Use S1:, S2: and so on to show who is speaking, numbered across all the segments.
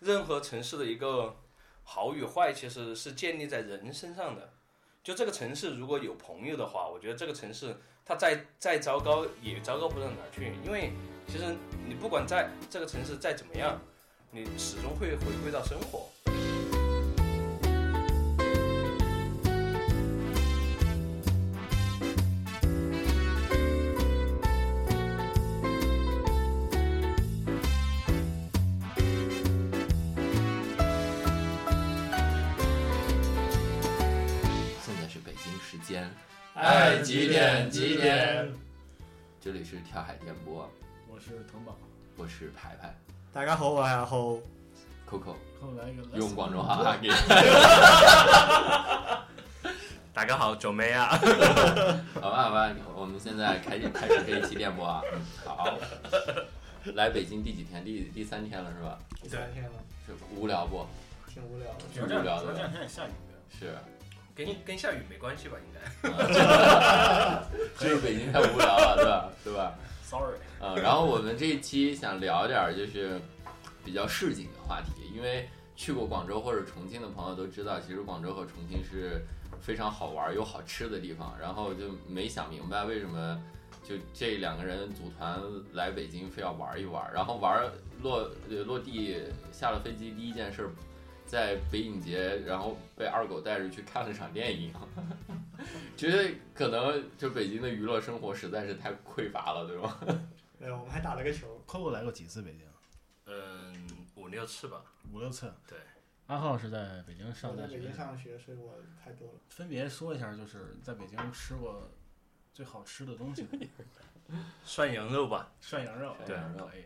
S1: 任何城市的一个好与坏，其实是建立在人身上的。就这个城市如果有朋友的话，我觉得这个城市它再再糟糕也糟糕不到哪儿去，因为其实你不管在这个城市再怎么样，你始终会回归到生活。
S2: 现在是北京时间，
S3: 爱哎几点几点？
S2: 这里是跳海电波，
S3: 我是腾宝，
S2: 我是排排
S4: 大家好，我是阿豪。
S2: Coco，
S3: 后来一个
S2: 用广州话给你。
S5: 大家好，九妹啊，
S2: 好吧，好吧，我们现在开始开始这一期电波啊。好，来北京第几天？第第三天了是吧？
S4: 第三天了，
S2: 是无聊不？
S4: 挺无聊的。
S3: 主要这样，主要这两天也下雨，
S2: 是，
S1: 跟跟下雨没关系吧？应该
S2: 就是北京太无聊了，对吧？对吧？
S3: sorry，
S2: 呃，然后我们这一期想聊点儿就是比较市井的话题，因为去过广州或者重庆的朋友都知道，其实广州和重庆是非常好玩儿又好吃的地方。然后就没想明白为什么就这两个人组团来北京非要玩儿一玩儿，然后玩儿落呃落地下了飞机第一件事儿。在北影节，然后被二狗带着去看了场电影， 觉得可能就北京的娱乐生活实在是太匮乏了，对吗？
S4: 对，哎我们还打了个球。
S3: Coco 来过几次北京？
S1: 嗯五六次吧。
S3: 五六次。
S1: 对，
S3: 阿浩是在北京
S4: 我
S3: 上
S4: 在
S3: 大
S4: 北京
S3: 学，
S4: 上学，所以我太多了。
S3: 分别说一下，就是在北京吃过最好吃的东 西，
S1: 涮羊肉吧。
S3: 涮羊肉，
S2: 对
S3: 可以，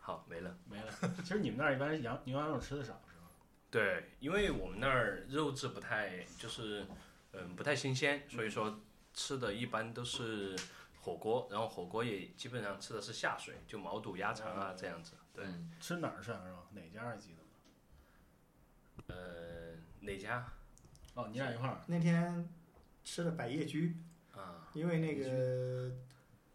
S1: 好，没了。
S3: 没了。其实你们那儿一般羊牛羊肉吃的少是吧？
S1: 对，因为我们那儿肉质不太，就是嗯不太新鲜，所以说吃的一般都是火锅，然后火锅也基本上吃的是下水，就毛肚、鸭肠啊这样子。对，
S2: 嗯
S3: 吃哪儿涮羊肉？哪家还记得吗？
S1: 呃，哪家
S3: 哦，你俩一块儿，
S4: 那天吃了百叶居，
S1: 啊？
S4: 因为那个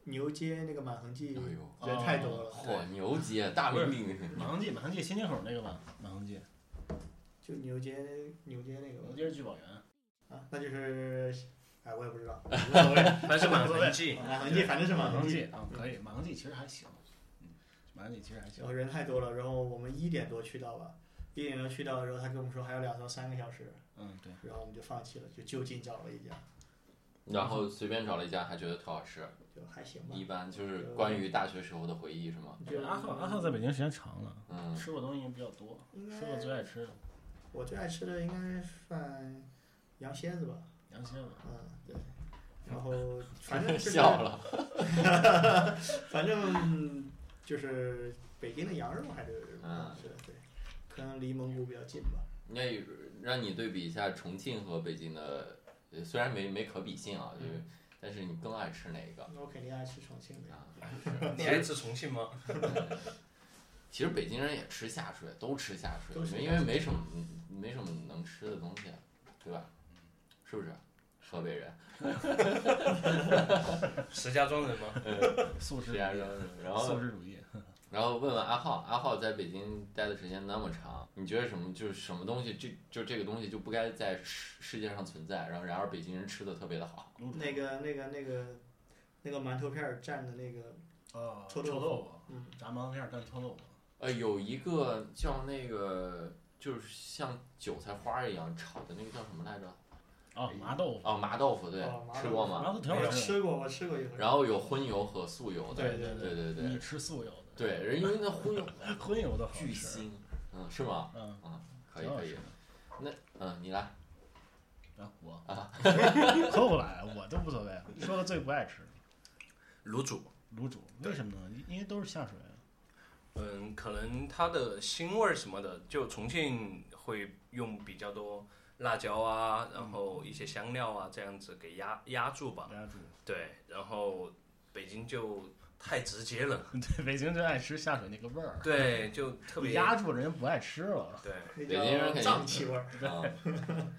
S4: 牛街那个满恒记
S2: 哎
S4: 人
S2: 呦，哦
S4: 太多了，
S2: 火牛 街大名鼎
S3: 马恒记，马恒记新街口那个吧，马恒记，
S4: 就牛街牛街那个
S3: 我
S4: 吧
S3: 们这是聚宝园，
S4: 啊，那就是哎，我也不知道，
S3: 无所谓。
S1: 但 是哎满痕记，
S4: 满恒 记反正是满
S3: 马
S4: 恒
S3: 恒
S4: 记。
S3: 记啊，可以，马恒记其实还行，嗯，马恒记其实还行
S4: 然后。人太多了，然后我们一点多去到吧，一点多去到，然后他跟我们说还有两到三个小时，
S3: 嗯，对，
S4: 然后我们就放弃了，就就近找了一家，
S2: 然后随便找了一家，还觉得特好吃。
S4: 就还行吧
S2: 一。般就是关于大学时候的回忆是吗？
S4: 就
S3: 阿浩阿浩在北京时间长了，
S2: 嗯，
S3: 吃过东西比较多，
S4: 应
S3: 吃过最
S4: 该
S3: 爱吃的
S4: 我最爱吃的应该算羊蝎子吧，
S3: 羊蝎子，
S4: 嗯，对。然 后反正就是
S2: 笑了。
S4: 反正就是北京的羊肉还是
S2: 嗯
S4: 是对，可能离蒙古比较近吧。
S2: 那让你对比一下重庆和北京的，呃虽然没没可比性啊，就是，
S4: 嗯
S2: 但是你更爱吃哪个
S4: 我肯定爱吃重庆的呀，
S2: 啊？是
S1: 你爱吃重庆吗？
S2: 其实北京人也吃下水，都吃下水
S4: 都，吃
S2: 因为没什么没什么能吃的东西，啊对吧？是不是？河北人，
S1: 石家庄人吗？
S3: 素食
S2: 石
S3: 主
S2: 家庄
S3: 义，
S2: 人，然后
S3: 素食主义。
S2: 然后问问阿浩，阿浩在北京待的时间那么长，你觉得什么就是什么东西，就就这个东西就不该在世世界上存在，然后然而北京人吃的特别的好，
S4: 那个那个那个那个馒头片儿蘸的那个，
S3: 呃，
S4: 臭
S3: 臭
S4: 豆腐
S3: 豆腐，
S4: 嗯，
S3: 炸馒头片儿蘸臭豆腐，
S2: 呃，有一个叫那个就是像韭菜花儿一样炒的那个叫什么来着？
S3: 哦，麻豆腐，
S2: 哦，麻豆腐，对，
S4: 哦麻豆腐
S2: 吃过
S3: 麻
S2: 吗？
S3: 豆挺好
S4: 我
S3: 吃的。
S4: 吃过，我吃过一回。
S2: 然后有荤油和素油的，
S4: 对
S3: 对
S2: 对对
S3: 你
S2: 对
S3: 吃素油的，
S2: 对，人因为那荤油
S3: 荤油的好
S2: 巨
S3: 吃，
S2: 腥，嗯，是吗？
S3: 嗯，
S2: 可以可以，那嗯，你来，
S3: 然后我 后来我都无所谓，说的最不爱吃
S1: 卤煮。
S3: 卤煮，为什么呢？因为都是下水，
S1: 嗯，可能它的腥味儿什么的，就重庆会用比较多辣椒啊，然后一些香料啊，这样子给压压住吧。
S3: 大家煮。
S1: 对，然后北京就太直接了，
S3: 对， 北京就爱吃下水那个味儿，
S1: 对，就特别
S3: 你压住人家不爱吃了。
S1: 对，
S4: 那
S2: 北京人肯
S4: 叫
S2: 定
S4: 瘴气味儿，
S2: 啊，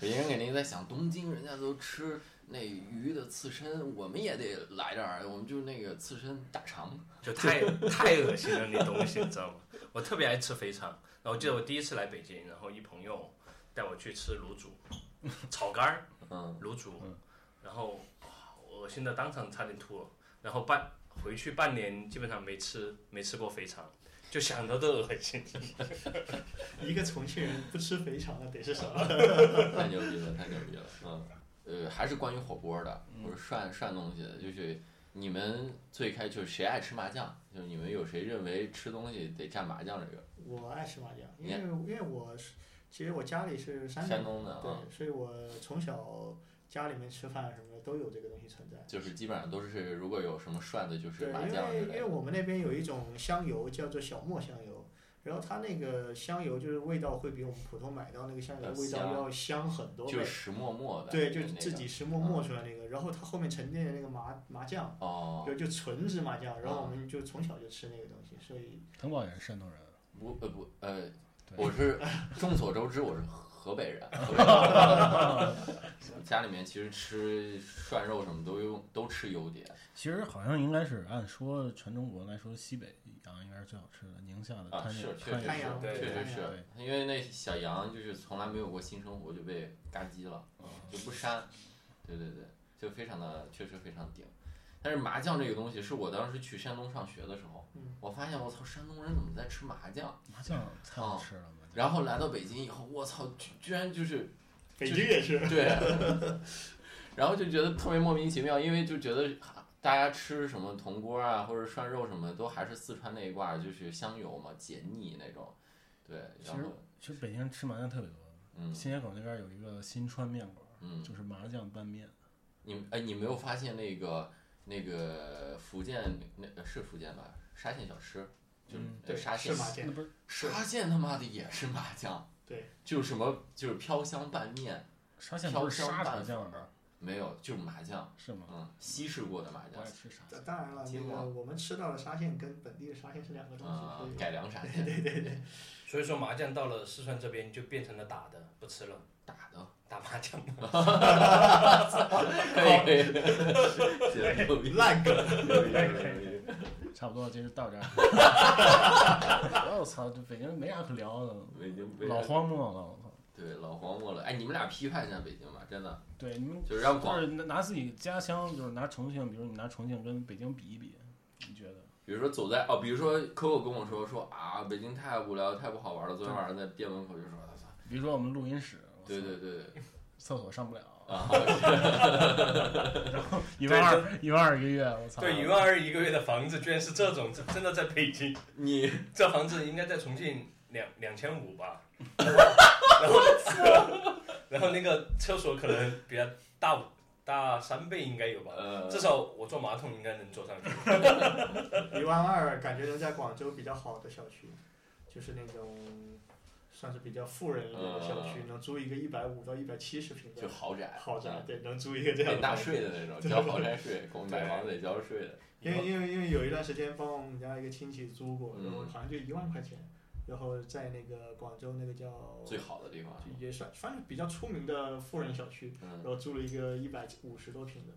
S2: 北京人肯定在想，东京人家都吃那鱼的刺身，我们也得来点儿，我们就那个刺身大肠。
S1: 就太太恶心了那东西，你知道吗？我特别爱吃肥肠，然后我记得我第一次来北京，然后一朋友带我去吃卤煮，炒肝儿
S2: 嗯，
S1: 卤煮
S3: 嗯，
S1: 然后哇恶心的当场差点吐了。然后半回去半年基本上没吃没吃过肥肠，就想到都恶心。
S4: 一个重庆人不吃肥肠的得是啥？
S2: 太牛逼了，太牛逼了，嗯，呃，还是关于火锅的，我是涮涮东西的，就是你们最开就是谁爱吃麻酱，就是你们有谁认为吃东西得蘸麻酱这个？
S4: 我爱吃麻酱，因
S2: 你
S4: 为因为我是其实我家里是山
S2: 山
S4: 东，
S2: 东的啊，
S4: 对，所以我从小家里面吃饭什么的都有这个东西存在。
S2: 就是基本上都是如果有什么涮的，就是
S4: 对，
S2: 麻酱之
S4: 因为因
S2: 类
S4: 为
S2: 的。嗯
S4: 我们那边有一种香油叫做小磨香油，然后它那个香油就是味道会比我们普通买到那个香油
S2: 呃
S4: 的味道
S2: 香
S4: 要香很多倍。
S2: 就是石磨磨的，
S4: 对，就
S2: 那
S4: 是
S2: 个
S4: 自己石磨磨出来那个，然后它后面沉淀的那个麻麻酱，
S2: 哦，
S4: 就就纯芝麻酱，然后
S2: 啊
S4: 我们就从小就吃那个东西，所以
S3: 腾宝也是山东人，
S2: 不呃不呃，
S3: 对
S2: 我是众所周知我是河北人，河北人家里面其实吃涮肉什么都用都吃油碟，
S3: 其实好像应该是按说全中国来说，西北羊应该是最好吃的，宁夏的
S2: 啊
S3: 滩
S2: 是
S3: 羊
S2: 确实
S4: 滩
S2: 是
S4: 羊
S1: 对
S2: 确
S4: 对
S2: 实是因为那小羊就是从来没有过新生活就被嘎叽了，就不膻，对对对，就非常的确实非常顶。但是麻酱这个东西是我当时去山东上学的时候
S4: 嗯，
S2: 我发现我操，山东人怎么在吃麻酱？
S3: 麻酱太好吃了，麻酱
S2: 哦然后来到北京以后，我操，居居然就是
S4: 北京也是。
S2: 对，啊然后就觉得特别莫名其妙，因为就觉得大家吃什么铜锅啊，或者涮肉什么的，都还是四川那一挂，就是香油嘛，解腻那种。对，
S3: 其
S2: 然
S3: 实
S2: 后
S3: 其实北京吃麻酱特别多，
S2: 嗯
S3: 新街口那边有一个新川面馆，
S2: 嗯，
S3: 就是麻酱拌面，
S2: 你哎，你没有发现那个那个福建那是福建吧？沙县小吃，就是
S3: 嗯
S2: 呃
S4: 对
S2: 沙县
S4: 是麻
S3: 那不是
S2: 沙县他妈的也是麻酱，
S4: 对，
S2: 就是什么就是飘香拌面，
S3: 沙县不是
S2: 飘香
S3: 沙茶
S2: 拌
S3: 酱
S2: 粉
S3: 吗？
S2: 没有就是麻酱，
S3: 是吗？
S2: 嗯，稀释过的麻
S3: 我
S2: 酱
S3: 爱。吃沙县，
S4: 当然了，
S2: 结
S4: 那
S2: 果
S4: 个我们吃到的沙县跟本地的沙县是两个东西，
S2: 啊
S4: 所，以
S2: 改良沙县，对对对，
S1: 所以说麻酱到了四川这边就变成了打的，不吃了，
S2: 打的
S1: 打麻将。
S2: 可以，牛逼，
S4: 烂梗。
S3: 差不多今儿到这儿。 我操，这北京没啥可聊的，
S2: 北京
S3: 老荒漠了，我操。
S2: 对老荒漠了。哎，你们俩批判一下北京吧，真的，
S3: 对，你们
S2: 就是让
S3: 就
S2: 广，
S3: 是拿拿自己家乡，就是拿重庆，比如你拿重庆跟北京比一比，你觉得？
S2: 比如说走在哦，比如说 Coco 跟我说说啊，北京太无聊，太不好玩了。昨天晚上在店门口就说，我操
S3: 比如说我们录音室，我操
S2: 对对对对
S3: 厕所上不了，
S2: 啊，
S3: 一万二一万二一个月，我操，
S1: 对，一万二一个月的房子居然是这种，这真的在北京，
S2: 你
S1: 这房子应该在重庆两两千五吧。然后，然后那个厕所可能比较大大三倍应该有吧，
S2: 呃
S1: 至少我坐马桶应该能坐上去。
S4: 一万二感觉能在广州比较好的小区，就是那种算是比较富人一点的小区，能租一个一百五到一百七十平的
S2: 啊就豪宅，
S4: 豪宅，
S2: 嗯，
S4: 对，能租一个这
S2: 得
S4: 样的
S2: 纳
S4: 房子
S2: 税的那种，交豪宅税，我们买房子得交税的。
S4: 因为因为因为有一段时间帮我们家一个亲戚租过，
S2: 嗯
S4: 然后好像就一万块钱，然后在那个广州那个叫
S2: 最好的地方，
S4: 就也算算是比较出名的富人小区，然
S2: 嗯，
S4: 后租了一个一百五十多平的，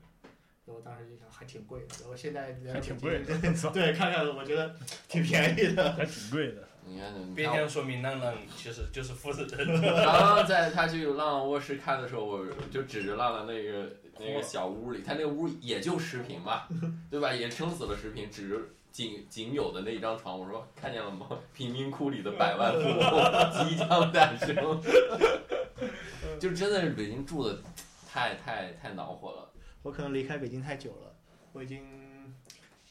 S4: 然后当时就想还挺贵的，然后现在
S3: 还挺贵的，我操，
S4: 对，看看我觉得挺便宜的。
S3: 还挺贵的。
S2: 你看，你
S1: 别
S2: 看
S1: 这
S2: 我
S1: 样说明浪浪其实就是富人，
S2: 刚刚在他去浪浪卧室看的时候，我就指着浪浪那 个那个小屋里，他那个屋也就十平 吧，对吧？也撑死了十平，指着仅仅有的那一张床，我说看见了吗？贫民窟里的百万富翁 即将诞 生，就真的是北京住的太太太恼火了。
S4: 我可能离开北京太久了，我已经，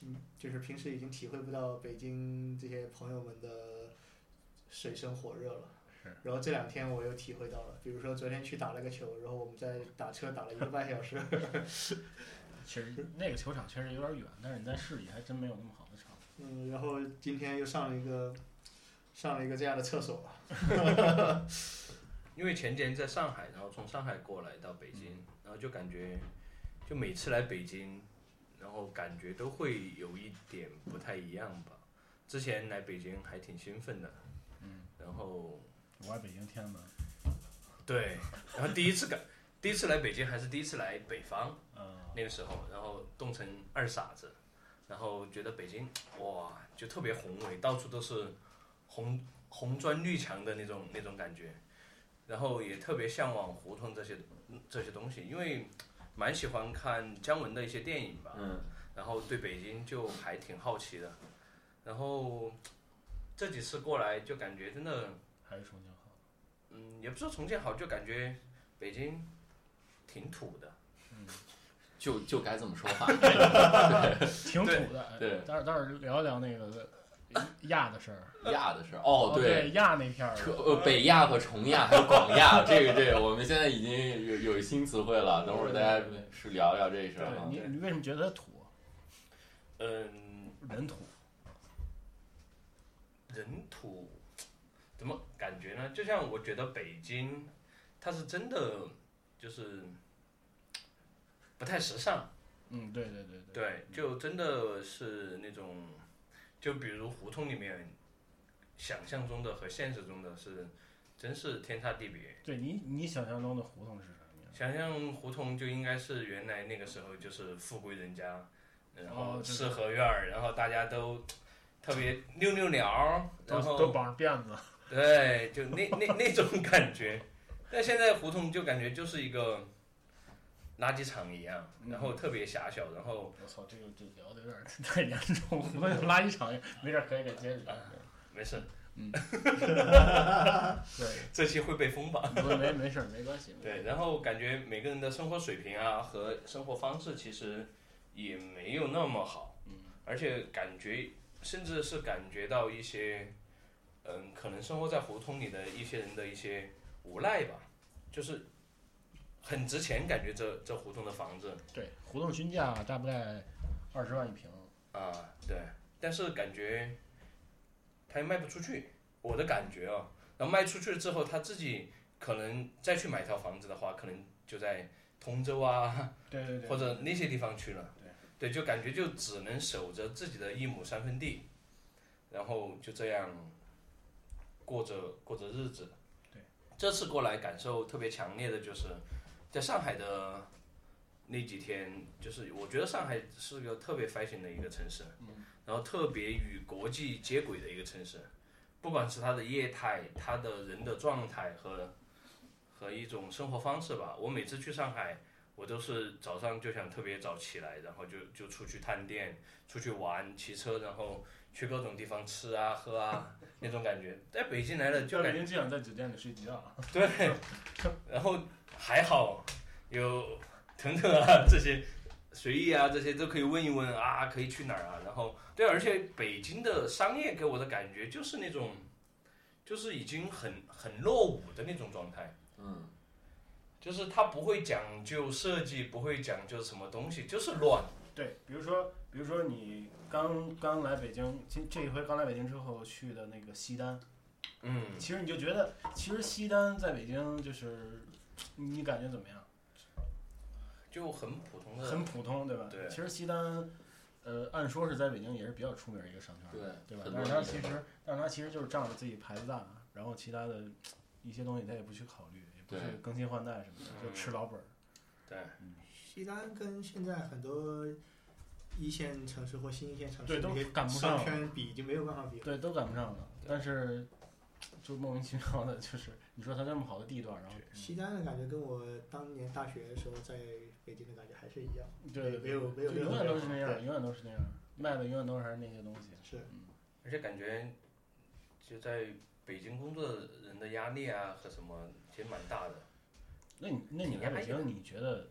S4: 嗯就是平时已经体会不到北京这些朋友们的水深火热了
S3: 是。
S4: 然后这两天我又体会到了，比如说昨天去打了个球，然后我们在打车打了一个半小时。
S3: 确实，那个球场确实有点远，但是你在市里还真没有那么好的场。
S4: 嗯，然后今天又上了一个，上了一个这样的厕所。
S1: 因为前几年在上海，然后从上海过来到北京，然后就感觉，就每次来北京，然后感觉都会有一点不太一样吧。之前来北京还挺兴奋的，
S3: 嗯，
S1: 然后
S3: 我爱北京天安门，
S1: 对，然后第一次感，第一次来北京还是第一次来北方
S3: 嗯，
S1: 那个时候，然后冻成二傻子，然后觉得北京哇就特别宏伟，到处都是红红砖绿墙的那种那种感觉，然后也特别向往胡同这些这些东西，因为蛮喜欢看姜文的一些电影吧，
S2: 嗯
S1: 然后对北京就还挺好奇的，然后这几次过来就感觉真的，
S3: 还是重庆好。
S1: 嗯，也不是说重建好，就感觉北京挺土的，
S2: 就就该这么说话。
S3: 挺土的。哎
S2: 对，
S3: 待会儿待会儿聊一聊那个亚的事儿。
S2: 亚的事儿，哦，对，
S3: 亚那片儿，
S2: 车呃北亚和重亚还有广亚，这个这个，我们现在已经有有新词汇了，等会儿大家是聊聊这事儿
S3: 对
S2: 啊。
S3: 你你为什么觉得它土？
S1: 嗯，
S3: 人土，
S1: 人土怎么感觉呢？就像我觉得北京，它是真的就是不太时尚。
S3: 嗯，对对对对，
S1: 对，就真的是那种，就比如胡同里面，想象中的和现实中的是，真是天差地别。
S3: 对你你想象中的胡同是什么样？
S1: 想象胡同就应该是原来那个时候就是富贵人家，然后
S3: 哦就是
S1: 四合院儿，然后大家都特别遛遛鸟儿，然
S3: 都都
S1: 后
S3: 绑着辫子，
S1: 对，就那那那种感觉。 但现在胡同就感觉就是一个垃圾场一样，然
S3: 嗯
S1: 后特别狭小，然后
S3: 我操，这个这聊的有点儿 太严重，我们有垃圾场，没事儿可以给接着聊。
S1: 没事，
S3: 对，
S1: 这期会被封吧。
S3: 不没没事儿，没关系。没关系
S1: 对，，然后感觉每个人的生活水平啊和生活方式其实也没有那么好，而且感觉甚至是感觉到一些，嗯，可能生活在胡同里的一些人的一些无奈吧，就是很值钱，感觉这这胡同的房子
S3: 对，胡同均价大概二十万一平，
S1: 啊、对，但是感觉他又卖不出去，我的感觉啊，然后卖出去之后他自己可能再去买一套房子的话，可能就在通州啊。
S3: 对对对，
S1: 或者那些地方去了，对，就感觉就只能守着自己的一亩三分地，然后就这样过着过着日子。
S3: 对，
S1: 这次过来感受特别强烈的就是，在上海的那几天，就是我觉得上海是个特别 fashion 的一个城市，然后特别与国际接轨的一个城市，不管是它的业态、它的人的状态和和一种生活方式吧。我每次去上海。我都是早上就想特别早起来，然后就就出去探店、出去玩、骑车，然后去各种地方吃啊、喝啊那种感觉。在北京来了就
S3: 在
S1: 感
S3: 北
S1: 觉
S3: 京基本上在酒店里睡觉。
S1: 对，然后还好有腾腾啊这些随意啊这些都可以问一问啊，可以去哪儿啊？然后对，而且北京的商业给我的感觉就是那种，就是已经很很落伍的那种状态。
S2: 嗯，
S1: 就是它不会讲究设计，不会讲究什么东西，就是乱。
S3: 对，比如说，比如说你刚刚来北京，这这一回刚来北京之后去的那个西单，
S1: 嗯，
S3: 其实你就觉得，其实西单在北京就是，你感觉怎么样？
S1: 就很普通的。
S3: 很普通，对吧？
S1: 对
S3: 其实西单，呃，按说是在北京也是比较出名的一个商圈，
S2: 对
S3: 嗯对吧
S2: 很？多
S3: 但是它
S2: 年
S3: 其实，但是它其实就是仗着自己牌子大，然后其他的一些东西它也不去考虑，也不
S2: 对嗯
S3: 去更新换代什么的，就吃老本儿。
S1: 对，
S4: 西单跟现在很多一线城市或新一线城市
S3: 对都
S4: 那些
S3: 赶不上
S4: 商圈比已经没有办法比了。
S3: 对，都赶不上了。但是，就莫名其妙的，就是你说它这么好的地段，然后
S4: 西单的感觉跟我当年大学的时候在北京的感觉还是一样，
S3: 对，
S4: 没有没有
S3: 就永远都是那样，
S4: 对
S3: 永远都是那样，卖的永远都还是那些东西。
S4: 是
S1: 而且感觉就在北京工作的人的压力啊和什么，其实蛮大的。
S3: 那你那你
S1: 挺
S3: 来
S1: 压
S3: 北
S1: 抑的
S3: 京，你觉得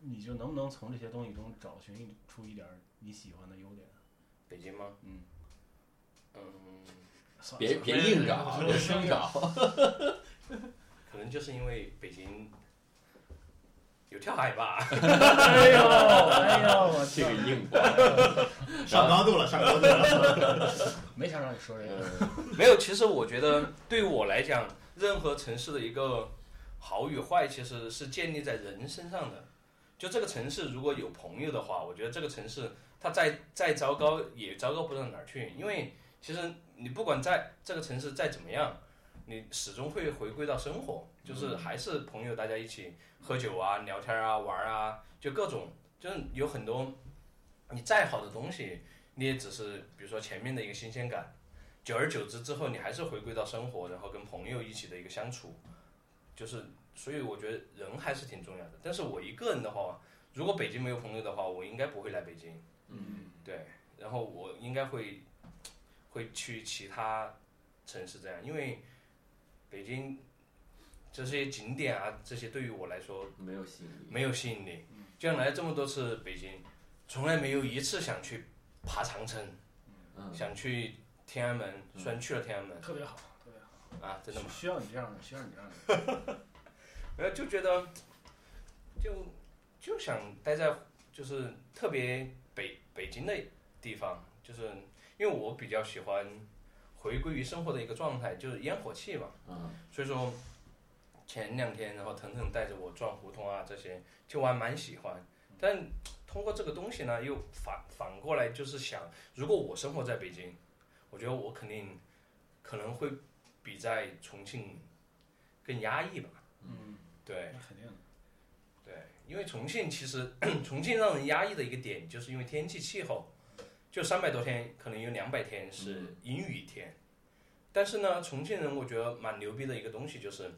S3: 你就能不能从这些东西中找寻一出一点儿你喜欢的优点？
S1: 北京吗？
S3: 嗯
S1: 嗯，
S3: 算
S2: 别
S3: 算
S2: 别硬搞，别硬搞。
S1: 可能就是因为北京有跳海吧。
S3: 哎 呦哎呦，我
S2: 这
S3: 去
S2: 个，硬广，
S4: 上高度了，上高度了。
S3: 没想让你说这个。
S1: 没有，其实我觉得对我来讲，任何城市的一个好与坏，其实是建立在人身上的。就这个城市如果有朋友的话，我觉得这个城市它再再糟糕也糟糕不到哪儿去，因为其实你不管在这个城市再怎么样，你始终会回归到生活，就是还是朋友大家一起喝酒啊、聊天啊、玩儿啊，就各种就是有很多你再好的东西，你也只是比如说前面的一个新鲜感。久而久之之后，你还是回归到生活，然后跟朋友一起的一个相处，就是所以我觉得人还是挺重要的。但是我一个人的话，如果北京没有朋友的话，我应该不会来北京。
S2: 嗯，
S1: 对，然后我应该会会去其他城市这样，因为北京这些景点啊，这些对于我来说
S2: 没有吸引力。
S1: 没有吸引力。就像来这么多次北京，从来没有一次想去爬长城，
S2: 嗯，
S1: 想去天安门。虽然去了天安门
S3: 特别好，特别好，
S1: 啊，真的吗？
S3: 需要你这样的，需要你这样的。
S1: 然后就觉得就就想待在就是特别北北京的地方，就是因为我比较喜欢回归于生活的一个状态，就是烟火气嘛。
S2: 嗯
S1: 所以说前两天，然后腾腾带着我转胡同啊这些，就我还蛮喜欢。但通过这个东西呢，又反反过来就是想，如果我生活在北京，我觉得我肯定可能会比在重庆更压抑吧。
S3: 嗯，
S1: 对，
S3: 那肯定的。
S1: 对，因为重庆其实 重庆让人压抑的一个点，就是因为天气气候，就三百多天，可能有两百天是阴雨天。但是呢，重庆人我觉得蛮牛逼的一个东西就是，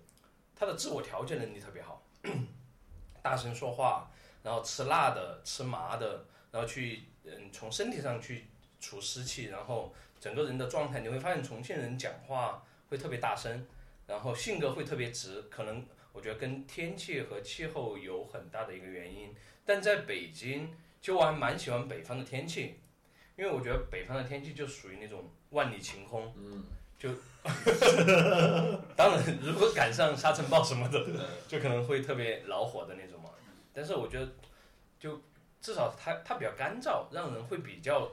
S1: 他的自我调节能力特别好， 大声说话，然后吃辣的、吃麻的，然后去嗯从身体上去除湿气，然后整个人的状态，你会发现重庆人讲话会特别大声，然后性格会特别直，可能我觉得跟天气和气候有很大的一个原因。但在北京，其实我还蛮喜欢北方的天气，因为我觉得北方的天气就属于那种万里晴空。
S2: 嗯，
S1: 当然，如果赶上沙尘暴什么的，就可能会特别恼火的那种嘛。但是我觉得，就至少它它比较干燥，让人会比较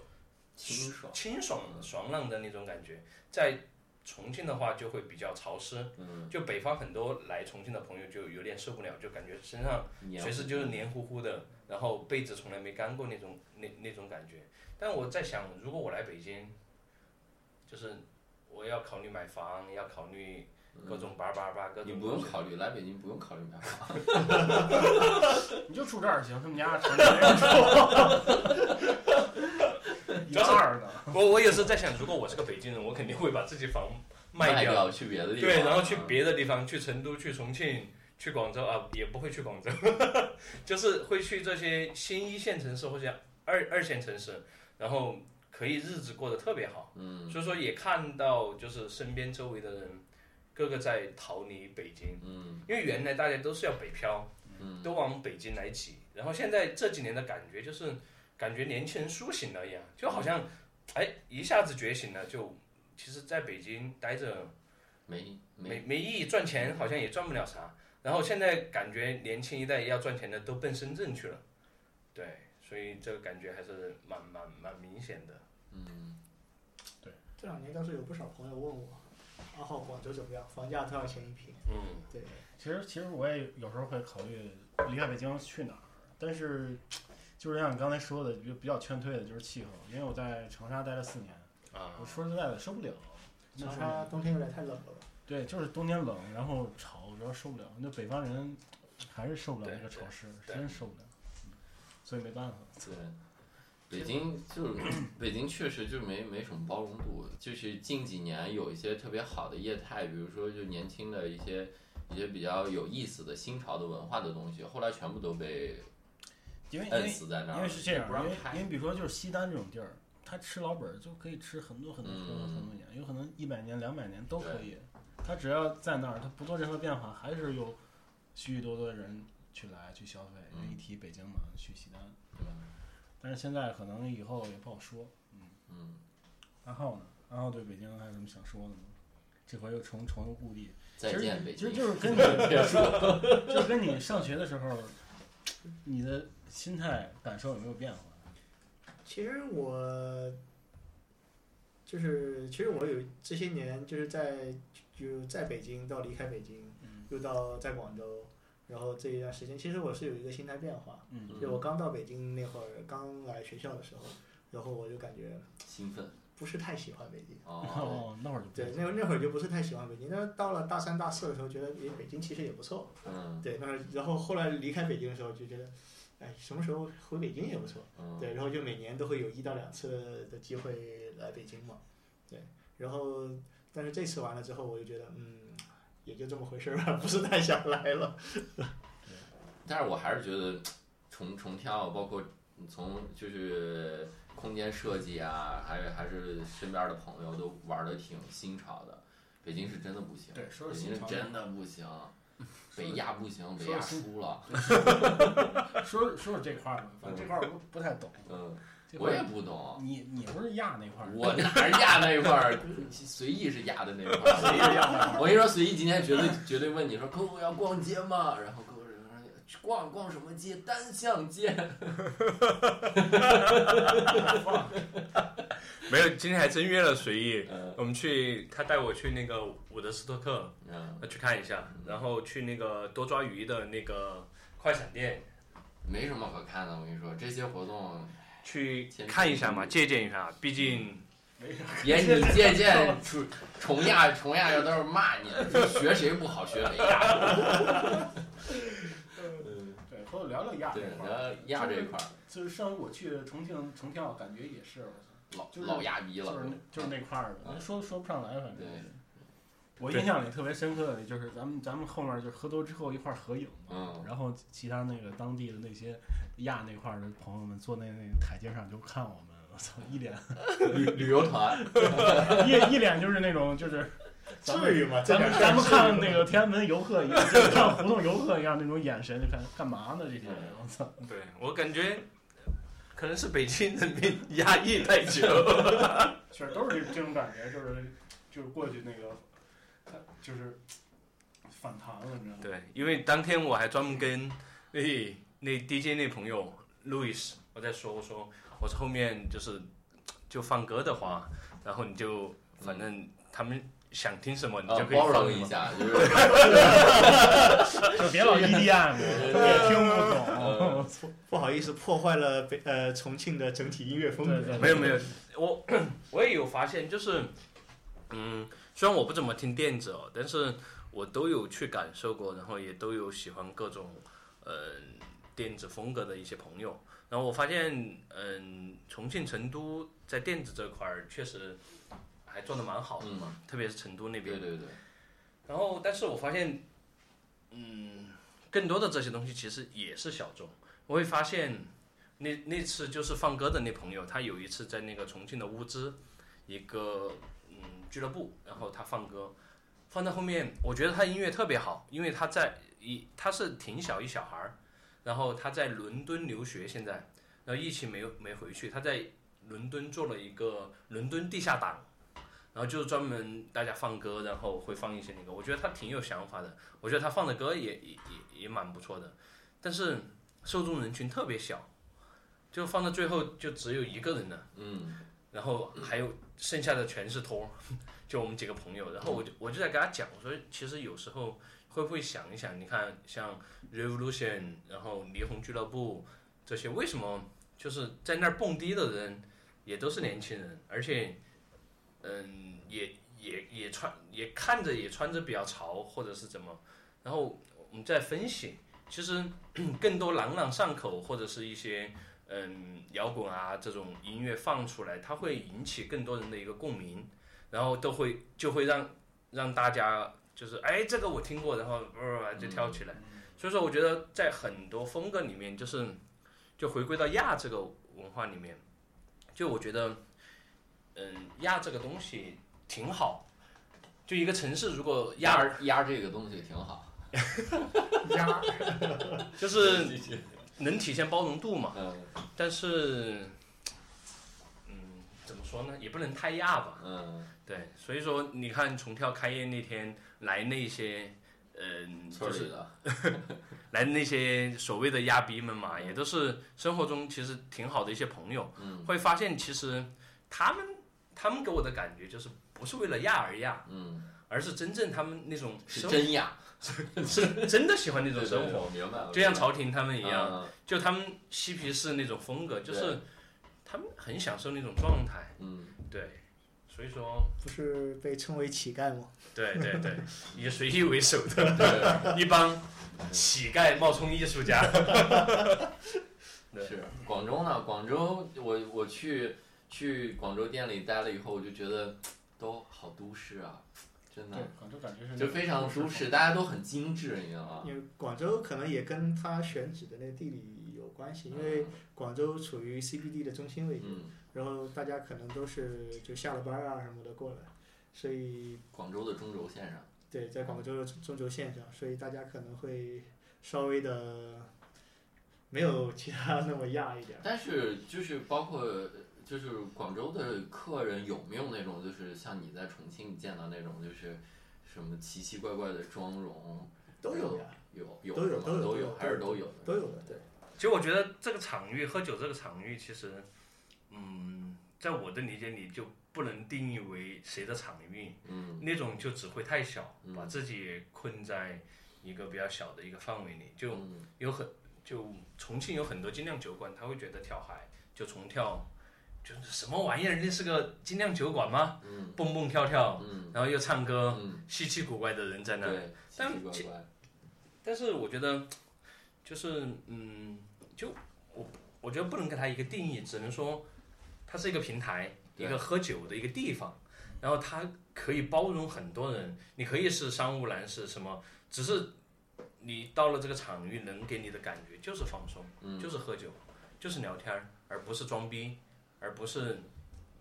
S2: 清爽。
S1: 清爽、爽朗的那种感觉。在重庆的话，就会比较潮湿。
S2: 嗯，
S1: 就北方很多来重庆的朋友就有点受不了，就感觉身上
S2: 黏
S1: 随时就是黏糊糊的，然后被子从来没干过那种那那种感觉。但我在想，如果我来北京，就是我要考虑买房，要考虑各种叭叭叭，各
S2: 嗯你
S1: 种
S2: 不用
S1: 东西
S2: 考虑来北京，不用考虑买房。
S3: 你就住这儿行，他们家城里没人 住，一半儿呢。
S1: 我我也是在想，如果我是个北京人，我肯定会把自己房卖
S2: 掉去别的地方，啊
S1: 对，然后去别的地方，去成都、去重庆、去广州啊，也不会去广州， 就是会去这些新一线城市或者二二线城市，然后可以日子过得特别好。
S2: 嗯，
S1: 所以说也看到就是身边周围的人，各个在逃离北京，
S2: 嗯
S1: 因为原来大家都是要北漂，
S2: 嗯
S1: 都往北京来挤，然后现在这几年的感觉就是感觉年轻人苏醒了一样，就好像哎一下子觉醒了，就其实在北京待着。
S2: 没没
S1: 没没意义，赚钱好像也赚不了啥。然后现在感觉年轻一代要赚钱的都奔深圳去了，对，所以这个感觉还是蛮蛮蛮明显的。
S2: 嗯
S4: 这两年倒是有不少朋友问我，二号广州怎么样？房价多少钱一平？
S1: 嗯，
S4: 对，
S3: 其实其实我也有时候会考虑离开北京去哪儿，但是就是像你刚才说的，就比较劝退的就是气候，因为我在长沙待了四年，
S1: 啊
S3: 我说实在的受不了。那
S4: 长
S3: 是
S4: 沙
S1: 嗯
S4: 冬天有点太冷了吧？
S3: 对，就是冬天冷，然后潮，主要受不了。那北方人还是受不了那个潮湿，
S1: 对对
S3: 真受不了，嗯所以没办法。
S2: 对。北京就是 北京，确实就没没什么包容度。就是近几年有一些特别好的业态，比如说就年轻的一些一些比较有意思的新潮的文化的东西，后来全部都被
S3: 因为因
S1: 呃
S2: 摁
S3: 为
S2: 死在那儿了，
S3: 因为是这样，
S2: 不让
S3: 因为因
S2: 开。
S3: 为比如说就是西单这种地儿，他吃老本儿就可以吃很多很多很多
S2: 嗯
S3: 很多年，有可能一百年、两百年都可以。他只要在那儿，他不做任何变化，还是有许许多多的人去来去消费。
S2: 嗯
S3: 因为一提北京嘛，去西单，对吧？但是现在可能以后也不好说。
S2: 嗯，
S3: 阿浩呢？阿浩对北京还有什么想说的吗？这回又重重游故地，
S2: 再见北
S3: 其实
S2: 京。
S3: 就是跟你，
S2: 别说，
S3: 就是跟你上学的时候，你的心态感受有没有变化？
S4: 其实我就是，其实我有这些年就是在就在北京到离开北京，
S3: 嗯
S4: 又到在广州，然后这一段时间，其实我是有一个心态变化。
S3: 嗯
S4: 就我刚到北京那会儿，刚来学校的时候，然后我就感觉
S2: 兴奋
S4: 不是太喜欢北京。
S2: 哦，
S3: 哦，那会儿就不
S4: 对，那那会儿就不是太喜欢北京，但是到了大三、大四的时候，觉得诶，北京其实也不错。
S2: 嗯
S4: 对，那会儿然后后来离开北京的时候，就觉得，哎，什么时候回北京也不错。
S2: 嗯，
S4: 对，然后就每年都会有一到两次的机会来北京嘛，对，然后，但是这次完了之后，我就觉得，嗯，也就这么回事儿吧，不是太想来了。
S2: 但是我还是觉得重重跳，包括从就是空间设计啊，还有还是身边的朋友都玩的挺新潮的。北京是真的不行，
S3: 对说
S2: 北
S3: 是
S2: 京
S3: 新
S2: 是
S3: 潮
S2: 真的不行，北亚不行，北
S3: 说
S2: 亚
S3: 是新
S2: 输 了。
S3: 说说说这块儿吧，反正这块儿我不不太懂。
S2: 嗯，
S3: 这块
S2: 我
S3: 儿
S2: 也不懂，
S3: 你你不是亚那块儿，
S2: 我哪是亚那一块儿，随意是亚的那一块儿。 我跟你说，随意今天绝对绝对问你说客户要逛街吗？然后客户说去逛逛什么街？单向街。
S1: 没有，今天还真约了随意，
S2: 嗯
S1: 我们去，他带我去那个伍德斯托克
S2: 嗯，
S1: 呃去看一下，然后去那个多抓鱼的那个快闪店
S2: 没什么可看的，我跟你说，这些活动
S1: 去看一下嘛，借鉴一下，毕竟
S2: 也你借鉴重重亚重亚要都是骂你，学谁不好学谁亚。
S3: 对，或者聊聊亚
S2: 对
S3: 这块，儿。
S2: 那亚这一块儿
S3: 就是上回我去重庆重跳，感觉也是，我
S2: 老
S3: 就是
S2: 老亚逼
S3: 操，
S2: 了
S3: 就是。那就是那块儿的，
S2: 嗯
S3: 说说不上来，反正
S2: 对。
S3: 我印象里特别深刻的就是咱们咱们后面就是喝多之后一块儿合影嘛，
S2: 嗯
S3: 然后其他那个当地的那些亚那块儿的朋友们坐那那个台阶上就看我们，我操，一脸
S2: 旅旅游团，
S3: 一一脸就是那种就是咱们
S4: 至于吗？这
S3: 咱
S4: 点
S3: 们
S4: 事儿
S3: 咱们
S4: 至于吗
S3: 看那个天安门游客一样，就看胡同游客一样那种眼神，就看干嘛呢这些人，我操！
S1: 对我感觉嗯可能是北京人民压抑太久了，
S3: 确实都是这这种感觉，就是就是过去那个，就是反弹了，你知道吗？
S1: 对，因为当天我还专门跟那那 DJ 那朋友 Louis 我在说，我说我后面就是就放歌的话，然后你就反正他们想听什么你
S2: 呃
S1: 就，可以
S2: 包
S1: 放
S2: 容
S1: 什
S2: 一
S1: 么
S2: 下， 就是
S3: 就别老 E EDM，也听不懂。我操
S4: 不好意思，破坏了北呃重庆的整体音乐风
S3: 对
S4: 格。
S3: 对，
S1: 没有没有，我 我也有发现，就是，嗯，虽然我不怎么听电子哦，但是我都有去感受过，然后也都有喜欢各种嗯、电子风格的一些朋友。然后我发现，嗯，重庆、成都在电子这块儿确实还做的蛮好的嘛，特别是成都那边
S2: 嗯对。对对，
S1: 然后，但是我发现，嗯，更多的这些东西其实也是小众。我会发现，那那次就是放歌的那朋友，他有一次在那个重庆的乌兹一个嗯俱乐部，然后他放歌，放在后面，我觉得他音乐特别好，因为他在一他是挺小一小孩儿，然后他在伦敦留学现在，然后疫情没有没回去，他在伦敦做了一个伦敦地下党。然后就是专门大家放歌，然后会放一些那个，我觉得他挺有想法的，我觉得他放的歌也也也也蛮不错的，但是受众人群特别小，就放到最后就只有一个人了，
S2: 嗯，
S1: 然后还有剩下的全是托儿， 就我们几个朋友，然后我就我就在跟他讲，我说其实有时候会不会想一想，你看像 Revolution，然后霓虹俱乐部这些，为什么就是在那儿蹦迪的人也都是年轻人，而且嗯也也也穿也看着也穿着比较潮或者是怎么，然后我们再分析，其实 更多朗朗上口或者是一些。嗯，摇滚啊这种音乐放出来，它会引起更多人的一个共鸣，然后都会就会让让大家就是哎这个我听过，然后不不不就跳起来。所以说，我觉得在很多风格里面，就是就回归到亚这个文化里面，就我觉得，嗯，亚这个东西挺好。就一个城市，如果亚
S2: 压压这个东西挺好。
S4: 呀，
S1: 就是能体现包容度嘛，
S2: 嗯
S1: 但是，嗯，怎么说呢，也不能太亚吧。
S2: 嗯，
S1: 对，所以说你看重跳开业那天来那些，嗯、
S2: 村
S1: 就
S2: 里
S1: 是
S2: 的，
S1: 来那些所谓的亚逼们嘛，也都是生活中其实挺好的一些朋友，
S2: 嗯
S1: 会发现其实他们他们给我的感觉就是不是为了亚而亚，
S2: 嗯，
S1: 而是真正他们那种
S2: 是
S1: 生
S2: 真压，
S1: 是真的喜欢那
S2: 这
S1: 种生活，
S2: 明白了，
S1: 就像朝廷他们一样，
S2: 样，
S1: 就他们嬉皮士那种风格，就
S2: 啊对
S1: 是他们很享受那种状态，
S2: 嗯，
S1: 对，所以说
S4: 不是被称为乞丐吗？
S1: 对对 对，以随意为首的。
S2: 嗯对，
S1: 一帮乞丐冒充艺术家。对
S2: 是广州呢，广州我我去去广州店里待了以后，我就觉得都好都市啊，真的
S3: 对，广州感觉
S4: 嗯
S3: 是
S2: 就非常
S3: 舒
S2: 都
S3: 适
S2: 市，
S3: 风，
S2: 大家都很精致，啊你知道吗？
S4: 因为广州可能也跟它选址的那个地理有关系，因为广州处于 CBD 的中心位置，
S2: 嗯，
S4: 然后大家可能都是就下了班儿啊什么的过来，所以
S2: 广州的中轴线上，
S4: 对，在广州的中轴线上，所以大家可能会稍微的没有其他那么亚一点儿。
S2: 但是就是包括就是广州的客人有没有那种就是像你在重庆见到那种就是什么奇奇怪怪的妆容，
S4: 都有呀，
S2: 有有
S4: 都有
S2: 吗
S4: 都有
S2: 都
S4: 都有
S2: 还是
S4: 都
S2: 有的
S4: 都有的，对。
S1: 其实我觉得这个场域，喝酒这个场域，其实，嗯，在我的理解里就不能定义为谁的场域，
S2: 嗯
S1: 那种就只会太小，
S2: 嗯
S1: 把自己困在一个比较小的一个范围里，就
S2: 嗯
S1: 有很就重庆有很多精酿酒馆，他会觉得跳海就重跳，就是什么玩意儿，那是个精酿酒馆吗？
S2: 嗯
S1: 蹦蹦跳跳，
S2: 嗯
S1: 然后又唱歌，
S2: 嗯，
S1: 稀奇古怪的人在那里。
S2: 对，奇
S1: 但
S2: 奇怪
S1: 其
S2: 怪，
S1: 但是我觉得，就是嗯，就我我觉得不能给它一个定义，只能说它是一个平台，
S2: 对
S1: 一个喝酒的一个地方，然后它可以包容很多人，你可以是商务男，是什么，只是你到了这个场域，能给你的感觉就是放松，
S2: 嗯
S1: 就是喝酒，就是聊天儿，而不是装逼，而不是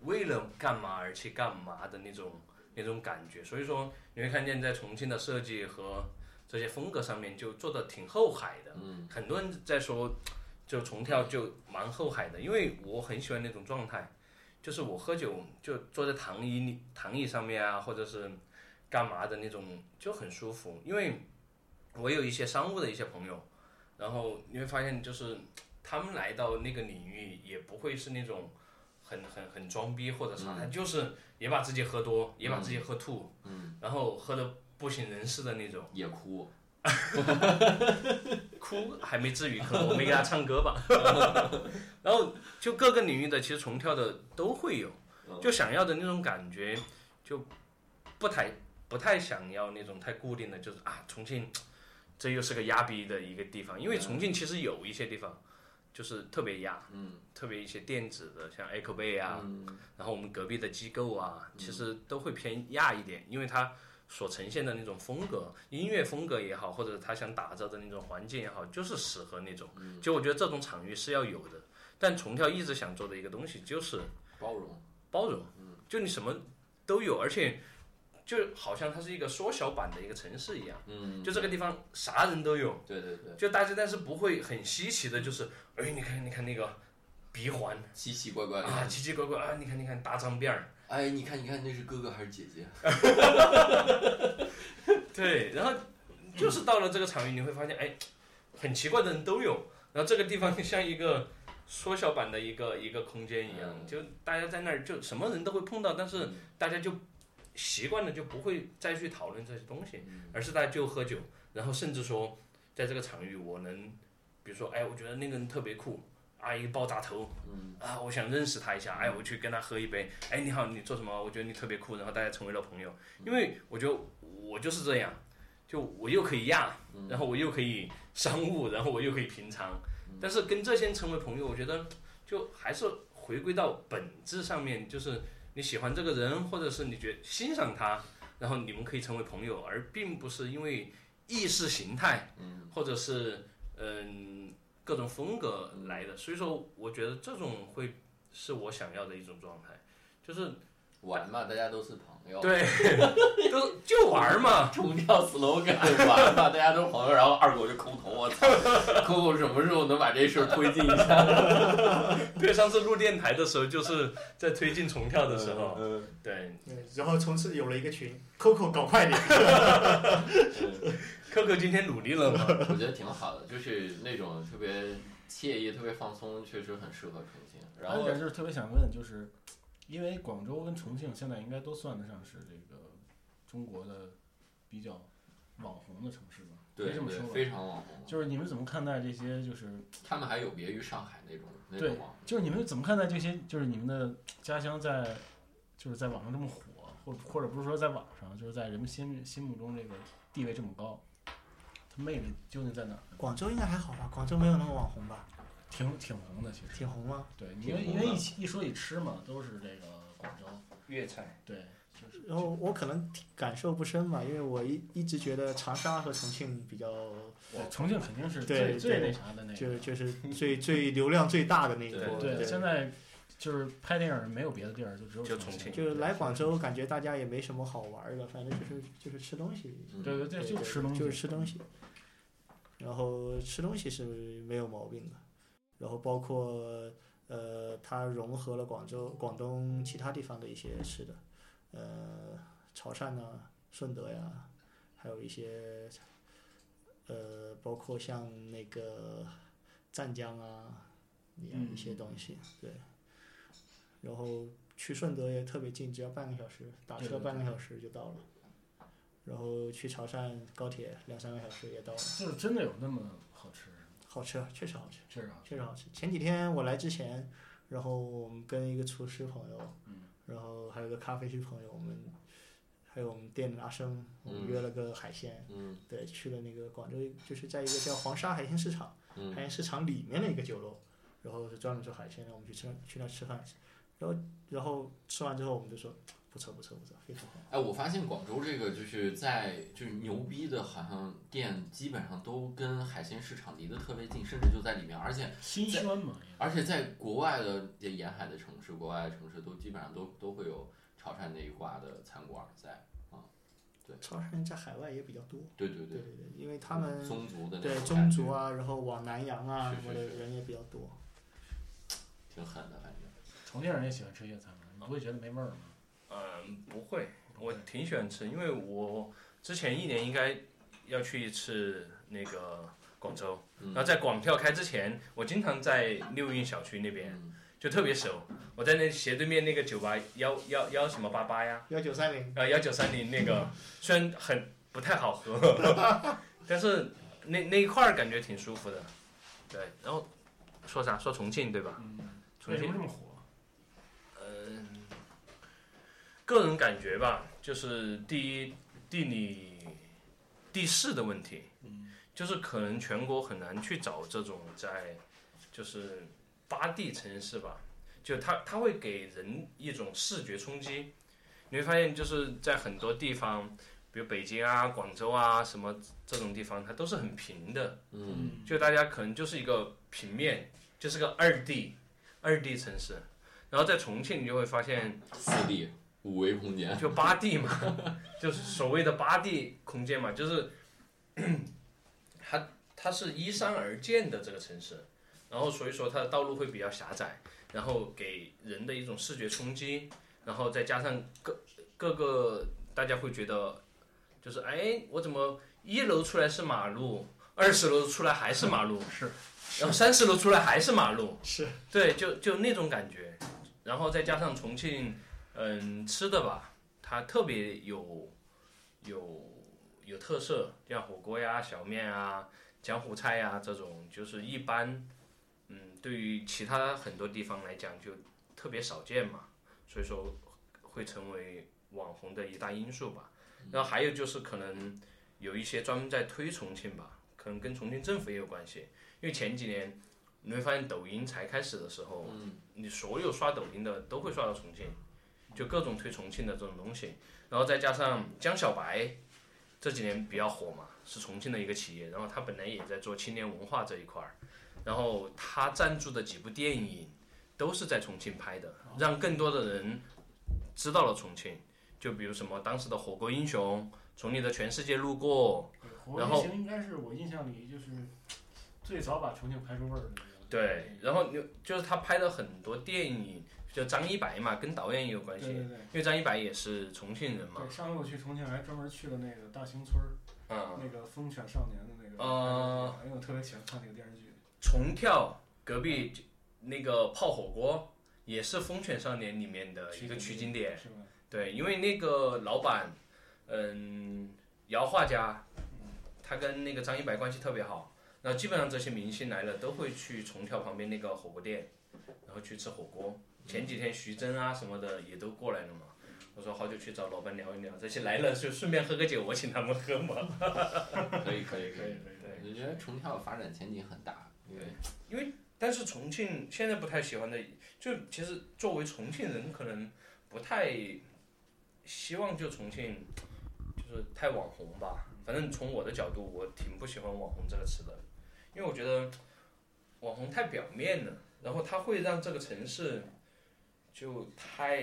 S1: 为了干嘛而去干嘛的那种那种感觉。所以说，你会看见在重庆的设计和这些风格上面就做的挺后海的。
S2: 嗯
S1: 很多人在说，就重跳就蛮后海的，因为我很喜欢那种状态，就是我喝酒就坐在躺椅里躺椅上面啊，或者是干嘛的那种，就很舒服。因为我有一些商务的一些朋友，然后你会发现，就是他们来到那个领域也不会是那种很很很装逼或者啥，他就是也把自己喝多，也把自己喝吐，
S2: 嗯，
S1: 然后喝的不省人事的那种。
S2: 也哭，
S1: 哭还没至于，可能我没给他唱歌吧。然后就各个领域的，其实重跳的都会有，就想要的那种感觉，就不太不太想要那种太固定的，就是啊，重庆这又是个压逼的一个地方，因为重庆其实有一些地方就是特别压，
S2: 嗯
S1: 特别一些电子的，像 Echo Bay 啊，
S2: 嗯
S1: 然后我们隔壁的机构啊，其实都会偏亚一点，因为它所呈现的那种风格、音乐风格也好，或者他想打造的那种环境也好，就是适合那种。
S2: 嗯
S1: 就我觉得这种场域是要有的，但重跳一直想做的一个东西就是
S2: 包容，
S1: 包容，
S2: 嗯
S1: 就你什么都有，而且就好像它是一个缩小版的一个城市一样，
S2: 嗯，
S1: 就这个地方啥人都有，
S2: 对对对，
S1: 就大家但是不会很稀奇的，就是哎，你看你看那个鼻环
S2: 奇奇怪怪，
S1: 啊，奇奇怪怪啊，你看你看大脏辫儿。
S2: 哎，你看你看，那是哥哥还是姐姐？
S1: 对，然后就是到了这个场域，你会发现，哎，很奇怪的人都有。然后这个地方就像一个缩小版的一个一个空间一样，
S2: 嗯
S1: 就大家在那儿就什么人都会碰到，但是大家就习惯了，就不会再去讨论这些东西，而是大家就喝酒，然后甚至说，在这个场域我能，比如说，哎，我觉得那个人特别酷。啊，一个爆炸头，啊，我想认识他一下，哎，我去跟他喝一杯，哎，你好，你做什么？我觉得你特别酷，然后大家成为了朋友，因为我觉得我就是这样，就我又可以亚，然后我又可以商务，然后我又可以平常，但是跟这些人成为朋友，我觉得就还是回归到本质上面，就是你喜欢这个人，或者是你觉欣赏他，然后你们可以成为朋友，而并不是因为意识形态，或者是嗯、各种风格来的。所以说，我觉得这种会是我想要的一种状态，就是
S2: 玩嘛，大家都是朋友。，
S1: 对， 就就玩儿嘛。
S2: 重跳 slogan 玩嘛，大家都是朋友。然后二狗就抠头，我操， 抠抠什么时候能把这事儿推进一下？
S1: 对，上次录电台的时候，就是在推进重跳的时候，对
S4: 对，然后从此有了一个群，Coco 搞快点，
S1: ，Coco 今天努力了嘛？
S2: 我觉得挺好的，就是那种特别惬意、特别放松，确实很适合重庆。然
S3: 还有
S2: 后
S3: 一，点就是特别想问，就是因为广州跟重庆现在应该都算得上是这个中国的比较网红的城市吧？可以
S2: 对
S3: 这么
S2: 对
S3: 说，吧。
S2: 非常网红。
S3: 就是你们怎么看待这些？就是
S2: 他们还有别于上海那种那
S3: 对
S2: 种网红，
S3: 就是你们怎么看待这些？就是你们的家乡在就是在网上这么火，或或者不是说在网上，就是在人们心心目中这个地位这么高，它魅力究竟在哪儿？
S4: 广州应该还好吧？广州没有那么网红吧？
S3: 挺挺红的，其实
S4: 挺红吗？
S3: 对，
S2: 挺
S3: 因为
S2: 红
S3: 因
S2: 的
S3: 为一起一说起吃嘛，都是这个广州，
S1: 粤菜，
S3: 对，就是
S4: 然后我可能感受不深嘛，因为我一一直觉得长沙和重庆比较
S3: 对重庆肯定是
S4: 对
S3: 最最
S4: 对
S3: 那啥的那
S4: 就
S3: 个，
S4: 就是最最流量最大的那一波，
S1: 对
S4: 对，
S3: 现在就是拍电影没有别的地儿，就只有
S1: 就
S3: 重
S1: 重庆
S4: 就是来广州，感觉大家也没什么好玩儿的，反正就是就是吃东西，
S2: 嗯
S3: 对对对，就
S4: 对
S3: 吃东西，嗯
S4: 就是吃东西。然后吃东西是没有毛病的，然后包括呃，它融合了广州、广东其他地方的一些吃的，呃，潮汕呐、顺德呀，还有一些呃，包括像那个湛江啊，一样一
S3: 嗯
S4: 些东西，对。然后去顺德也特别近，只要半个小时，打
S3: 对
S4: 车
S3: 对
S4: 半个
S3: 对
S4: 小时就到了。然后去潮汕高铁两三个小时也到了，
S3: 就是真的有那么好吃，
S4: 好吃，确实好吃，
S3: 这啊，
S4: 确实好吃。前几天我来之前，然后我们跟一个厨师朋友，
S3: 嗯
S4: 然后还有个咖啡师朋友，我们还有我们店的阿生，我们
S2: 嗯
S4: 约了个海鲜，
S2: 嗯
S4: 对，去了那个广州，就是在一个叫黄沙海鲜市场。
S2: 嗯
S4: 海鲜市场里面的一个酒楼，然后是专门做海鲜的，我们去吃去那吃饭，然后然后吃完之后我们就说不错不错不错，非常好。
S2: 哎，我发现广州这个就是在就是牛逼的，好像店基本上都跟海鲜市场离得特别近，甚至就在里面，而且
S3: 新
S2: 在
S3: 鲜嘛，
S2: 而且在国外的这沿海的城市、国外的城市都基本上都都会有潮汕那一挂的餐馆在。
S4: 潮汕人在海外也比较多，
S2: 对对对，
S4: 对对对，因为他们
S2: 宗族的那
S4: 对
S2: 种
S4: 宗
S2: 感
S4: 族
S2: 觉，
S4: 啊，然后往南洋啊
S2: 是
S4: 什么
S2: 是
S4: 的
S2: 是
S4: 人也比较多。
S2: 挺狠的，反正。
S3: 重庆人也喜欢吃粤菜嘛，你会觉得没味儿吗？
S1: 嗯，不会，我挺喜欢吃，因为我之前一年应该要去一次那个广州，
S2: 嗯
S1: 然后在广票开之前，我经常在六运小区那边，
S2: 嗯
S1: 就特别熟。我在那斜对面那个酒吧幺幺幺什么八八呀，
S4: 幺九三零，
S1: 啊幺九三零那个，虽然很不太好喝， 但是那那一块儿感觉挺舒服的。对，然后说啥？说重庆对吧？
S3: 嗯，
S1: 重
S3: 为什
S1: 庆
S3: 么这么火？
S1: 嗯，个人感觉吧，就是第一地理地势的问题，
S3: 嗯，
S1: 就是可能全国很难去找这种在就是八地城市吧，就它它会给人一种视觉冲击，你会发现就是在很多地方，比如北京啊、广州啊什么这种地方，它都是很平的，
S2: 嗯，
S1: 就大家可能就是一个平面，就是个二 D 二 D 城市，然后在重庆你就会发现。
S2: 四 D 五维 空间，
S1: 就八 D 嘛，就是所谓的八 D 空间嘛，就是 它它是依山而建的这个城市，然后所以说它的道路会比较狭窄，然后给人的一种视觉冲击，然后再加上各各个大家会觉得，就是哎，我怎么一楼出来是马路，二十楼出来还是马路，
S3: 是，
S1: 然后三十楼出来还是马路，
S4: 是
S1: 对，就就那种感觉，然后再加上重庆，嗯，吃的吧，它特别有有有特色，像火锅呀、小面啊、江湖菜呀这种，就是一般，嗯，对于其他很多地方来讲就特别少见嘛，所以说会成为网红的一大因素吧。然后还有就是可能有一些专门在推重庆吧，可能跟重庆政府也有关系，因为前几年你会发现抖音才开始的时候，你所有刷抖音的都会刷到重庆，就各种推重庆的这种东西，然后再加上江小白这几年比较火嘛，是重庆的一个企业，然后他本来也在做青年文化这一块儿，然后他赞助的几部电影都是在重庆拍的，让更多的人知道了重庆，就比如什么当时的火锅英雄，从你的全世界路过，
S3: 火
S1: 然
S3: 锅
S1: 后
S3: 行应该是我印象里就是最早把重庆排出味儿的那个。
S1: 对，然后你就是他拍的很多电影，就张一白嘛，跟导演也有关
S3: 对
S1: 系，
S3: 对
S1: 因
S3: 对。
S1: 为张一白也是重庆人嘛
S3: 对，，上次我去重庆还专门去了那个大兴村儿，
S1: 嗯，
S3: 那个《风犬少年》的那个，哎
S1: 哦
S3: 因为我特别喜欢看那个电视剧。
S1: 重跳隔壁就那个泡火锅也是《风犬少年》里面的一个取景点，
S3: 是吧？
S1: 对，因为那个老板，嗯，姚画家，他跟那个张一白关系特别好，然后基本上这些明星来了都会去重跳旁边那个火锅店，然后去吃火锅。前几天徐峥啊什么的也都过来了嘛，我说好久去找老板聊一聊，这些来了就顺便喝个酒，我请他们喝嘛。
S2: 可以可以可以。
S3: 可以
S1: 对
S2: 我觉得重跳发展前景很大，因为
S1: 但是重庆现在不太喜欢的，就其实作为重庆人，可能不太希望就重庆就是太网红吧。反正从我的角度，我挺不喜欢“网红”这个词的，因为我觉得网红太表面了，然后它会让这个城市就太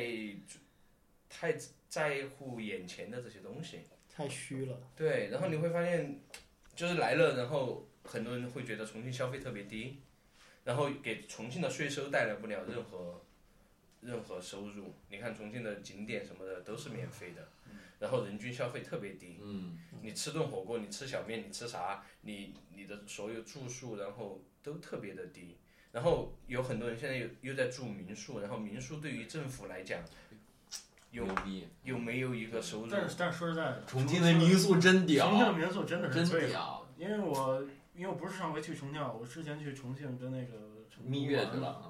S1: 太在乎眼前的这些东西。
S4: 太虚了。
S1: 对，然后你会发现，就是来了，然后很多人会觉得重庆消费特别低，然后给重庆的税收带来不了任何任何收入。你看重庆的景点什么的都是免费的，
S3: 嗯
S1: 然后人均消费特别低。
S2: 嗯，
S1: 你吃顿火锅，你吃小面，你吃啥，你你的所有住宿，然后都特别的低。然后有很多人现在又又在住民宿，然后民宿对于政府来讲，有
S2: 牛逼！
S1: 有没有一个收入？
S3: 但是但是说实在的，
S2: 重庆的民宿真屌
S3: 重，庆的民宿真的是
S2: 真
S3: 最好，
S2: 屌，
S3: 因为我因为我不是上回去重庆啊，我之前去重庆跟那个成都
S2: 蜜月
S3: 玩
S2: 去了
S3: 嘛，
S2: 啊！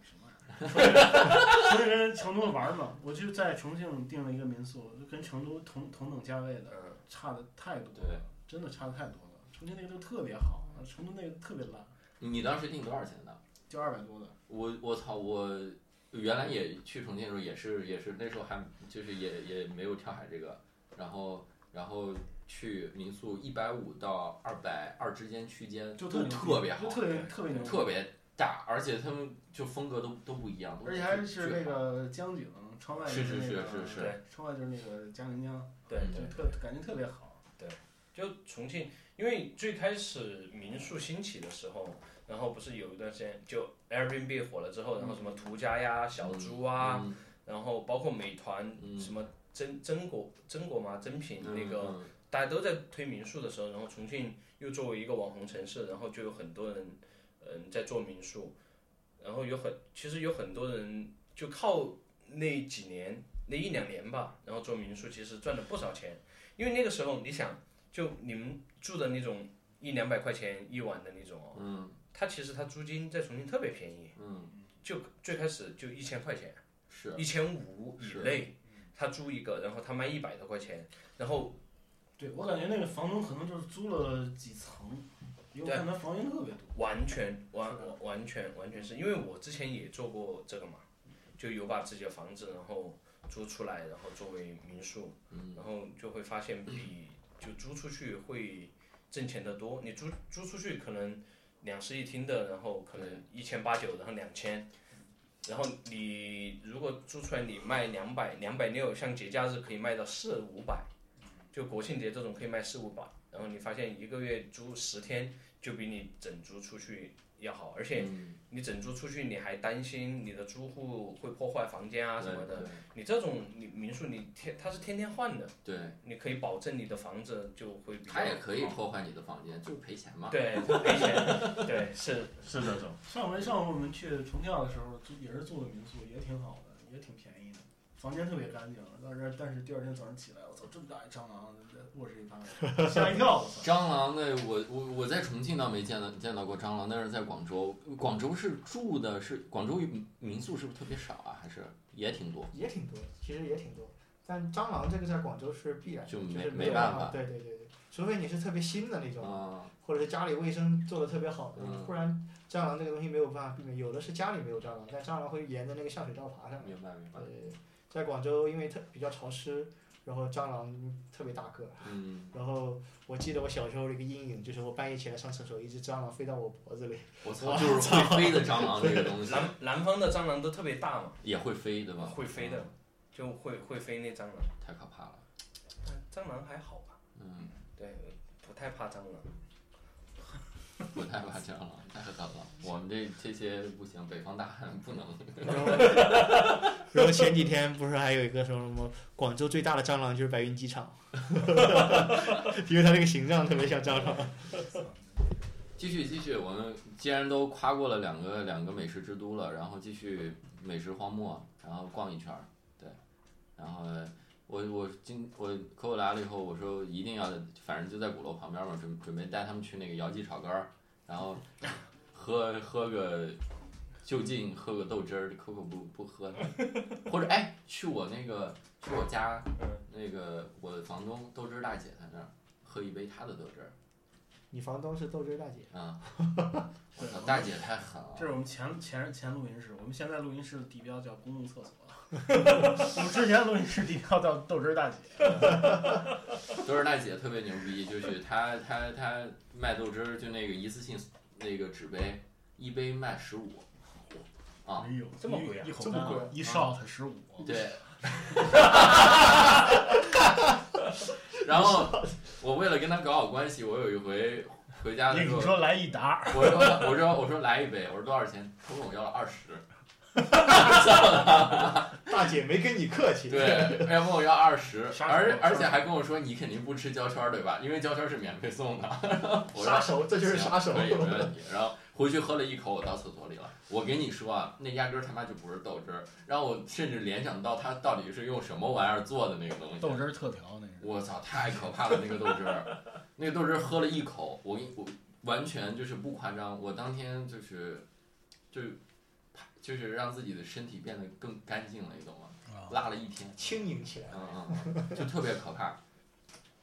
S3: 什么玩意儿？所以跟成都玩嘛，我就在重庆订了一个民宿，就跟成都同同等价位的
S1: 嗯，
S3: 差的太多
S2: 对
S3: 了，真的差的太多了。重庆那个就特别好，成都那个特别烂，
S2: 嗯你当时订多少钱的？
S3: 就二百多的。
S2: 我我操！我原来也去重庆的时候，也是也是那时候还就是也也没有跳海这个，然后然后去民宿一百五到二百二之间区间，
S3: 就
S2: 都
S3: 特
S2: 特别好
S3: 就，特别特别牛，
S2: 特别大，而且他们就风格都都不一样，都
S3: 而且还
S2: 巨
S3: 是那个江景，窗外
S2: 是
S3: 就是那
S2: 是
S3: 个
S2: 是是，
S1: 对
S3: 窗外就是那个嘉陵江，
S1: 对
S2: 嗯
S1: 对
S3: 就。特感觉特别好。
S1: 就重庆，因为最开始民宿兴起的时候，然后不是有一段时间就 Airbnb 火了之后，然后什么途家呀、小猪啊，
S2: 嗯，
S1: 然后包括美团、
S2: 嗯
S1: 什么真真果真果嘛、真品
S2: 嗯
S1: 那个，
S2: 嗯
S1: 大家都在推民宿的时候，然后重庆又作为一个网红城市，然后就有很多人嗯在做民宿，然后有很其实有很多人就靠那几年那一两年吧，然后做民宿其实赚了不少钱，因为那个时候你想就你们住的那种一两百块钱一晚的那种哦，
S2: 嗯
S1: 它其实它租金在重庆特别便宜，
S2: 嗯
S1: 就最开始就一千块钱。
S2: 是
S1: 一千五以
S2: 是
S1: 内，他租一个，然后他卖一百多块钱，然后
S3: 对我感觉那个房东可能就是租了几层，有可能房源特别多。
S1: 完全完
S3: 是的
S1: 完全完全是因为我之前也做过这个嘛，就有把自己的房子然后租出来，然后作为民宿，
S2: 嗯
S1: 然后就会发现比就租出去会挣钱的多，你租租出去可能两室一厅的，然后可能一千八九，然后两千。然后你如果租出来，你卖两百两百六，像节假日可以卖到四五百，就国庆节这种可以卖四五百，然后你发现一个月租十天就比你整租出去要好，而且
S2: 嗯
S1: 你整租出去你还担心你的租户会破坏房间啊什么的，
S2: 对
S1: 你这种你民宿你天它是天天换的，
S2: 对，对
S1: 你可以保证你的房子就会比较
S2: 他也可以
S1: 好
S2: 破坏你的房间，就是赔钱嘛。
S1: 对就赔钱，对是
S6: 是这种。
S3: 上回上回我们去重跳的时候，就也是住的民宿，也挺好的，也挺便宜的，房间特别干净。但是但是第二天早上起来，我操，这么大一蟑螂在卧室里趴着，吓一跳！我 操，
S2: 蟑螂的，我我我在重庆倒没见到见到过蟑螂，但是在广州，广州是住的是广州民民宿是不是特别少啊？还是也挺多？
S4: 也挺多，其实也挺多。但蟑螂这个在广州是必然的，
S2: 就
S4: 就
S2: 没
S4: 是
S2: 没
S4: 有啊
S2: 办
S4: 办
S2: 法
S4: 对对对对，除非你是特别新的那种，
S2: 啊、
S4: 或者是家里卫生做的特别好的，
S2: 嗯
S4: 不然蟑螂这个东西没有办法避免。有的是家里没有蟑螂，但蟑螂会沿着那个下水道爬上来。
S2: 明白明白
S4: 呃，，在广州因为特比较潮湿，然后蟑螂特别大个。
S2: 嗯，
S4: 然后我记得我小时候的一个阴影，就是我半夜起来上厕所，一只蟑螂飞到我脖子里。
S2: 我操，就是会飞的蟑螂这个东西
S1: 南南方的蟑螂都特别大嘛，
S2: 也会飞对吧？
S1: 会飞的
S2: 嗯，
S1: 就会会飞那蟑螂，
S2: 太可怕了，
S1: 但蟑螂还好吧，
S2: 嗯，
S1: 对，不太怕蟑螂。
S2: 不太怕蟑螂，太可怕了。我们这这些不行，北方大汉不能。
S4: 然后，然后前几天不是还有一个什么什么广州最大的蟑螂就是白云机场， 因为它那个形状特别像蟑螂。
S2: 继续继续，我们既然都夸过了两个两个美食之都了，然后继续美食荒漠，然后逛一圈儿，对，然后我我今我可我来了以后，我说一定要，反正就在鼓楼旁边嘛，准准备带他们去那个姚记炒肝儿，然后喝喝个就近喝个豆汁儿，Coco 不不喝了，或者哎去我那个去我家那个我房东豆汁儿大姐她那儿喝一杯她的豆汁儿，
S4: 你房东是斗志大姐，
S2: 啊，我
S3: 对
S2: 操，大姐太狠了
S3: 这，是我们前前前录音室，我们现在录音室的底标叫公共 厕所。我们之前录音室底标叫豆汁儿大姐，
S2: 都是大姐特别牛逼，就是她她她卖豆汁儿，就那个一次性那个纸杯，一杯卖十五，啊，
S3: 哎呦，
S1: 这么贵啊
S3: 一口
S4: 这么贵
S3: 干一 shot 十五，
S2: 对。然后我为了跟她搞好关系，我有一回回家的时
S3: 你
S2: 候，
S3: 说来一打儿，
S2: 我说我说我说来一杯，我说多少钱？他问我要了二十， 操他妈！
S4: 大姐没跟你客气。
S2: 对，哎问我要二十，
S3: 杀手
S2: 而
S3: 杀手
S2: 而且还跟我说你肯定不吃胶圈儿对吧？因为胶圈儿是免费送的。我
S4: 杀
S2: 说
S4: 手，这就是杀手
S2: 行。可以没问题。然后回去喝了一口，我到厕所里了。我跟你说啊，那压根儿他妈就不是豆汁儿，然后我甚至联想到它到底是用什么玩意儿做的那个东西。
S3: 豆汁儿特调那是。
S2: 我操，太可怕了！那个豆汁儿， 那个豆汁儿喝了一口，我跟你我完全就是不夸张，我当天就是就是就是让自己的身体变得更干净了，你懂吗？
S3: 啊
S4: 哦
S2: 拉了一天，
S4: 轻盈起来
S2: 嗯嗯，嗯就特别可 怕。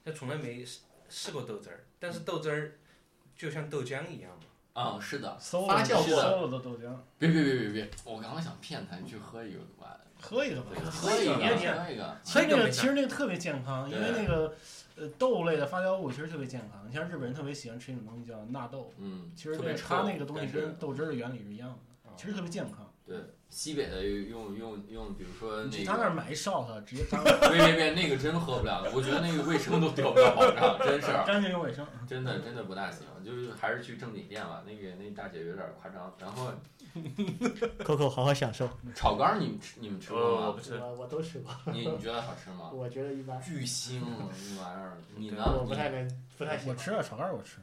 S1: 他从来没试试过豆汁儿，但是豆汁儿就像豆浆一样嘛。
S2: 啊、是的，
S3: 馊
S4: 发
S3: 了
S4: 酵
S2: 过
S3: 馊了的豆浆，
S2: 别别别别别，我刚刚想骗他，你去喝一个吧，
S3: 喝一个吧
S2: 对，喝一个，
S3: 别甜。
S2: 喝一个，
S3: 其实
S1: 那
S3: 那
S1: 个
S3: 个
S1: 没
S3: 其
S1: 事
S3: 实那个特别健康，因为
S2: 对
S3: 那个呃豆类的发酵物其实特别健康。你像日本人特别喜欢吃一种东西叫纳豆，
S2: 嗯，
S3: 其实
S2: 特别
S3: 对
S2: 臭
S3: 它那个东西
S2: 但是
S3: 跟豆汁儿的原理是一样
S1: 哦
S3: 的，其实特别健康。
S2: 对西北的用用用，比如说
S3: 你
S2: 嗯那
S3: 去他那儿
S2: 个，
S3: 买一 shot，直接当
S2: 别别别，那个真喝不了，我觉得那个卫生都得不到保障， 真事儿。
S3: 干净又卫生。
S2: 真的真的不大行，就是还是去正经店吧。那个那大姐有点夸张。然后
S4: Coco，好好享受。
S2: 炒肝儿你们吃你呃们吃过啊
S1: 我
S2: 吗
S1: 不？是，
S4: 我我都吃过，
S2: 你你觉得好吃吗？
S4: 我觉得一般，
S2: 巨腥那玩意儿，你呢？
S4: 我
S2: 你嗯
S4: 不太能，不太喜
S3: 我
S4: 欢。
S3: 吃啊，炒肝儿我吃。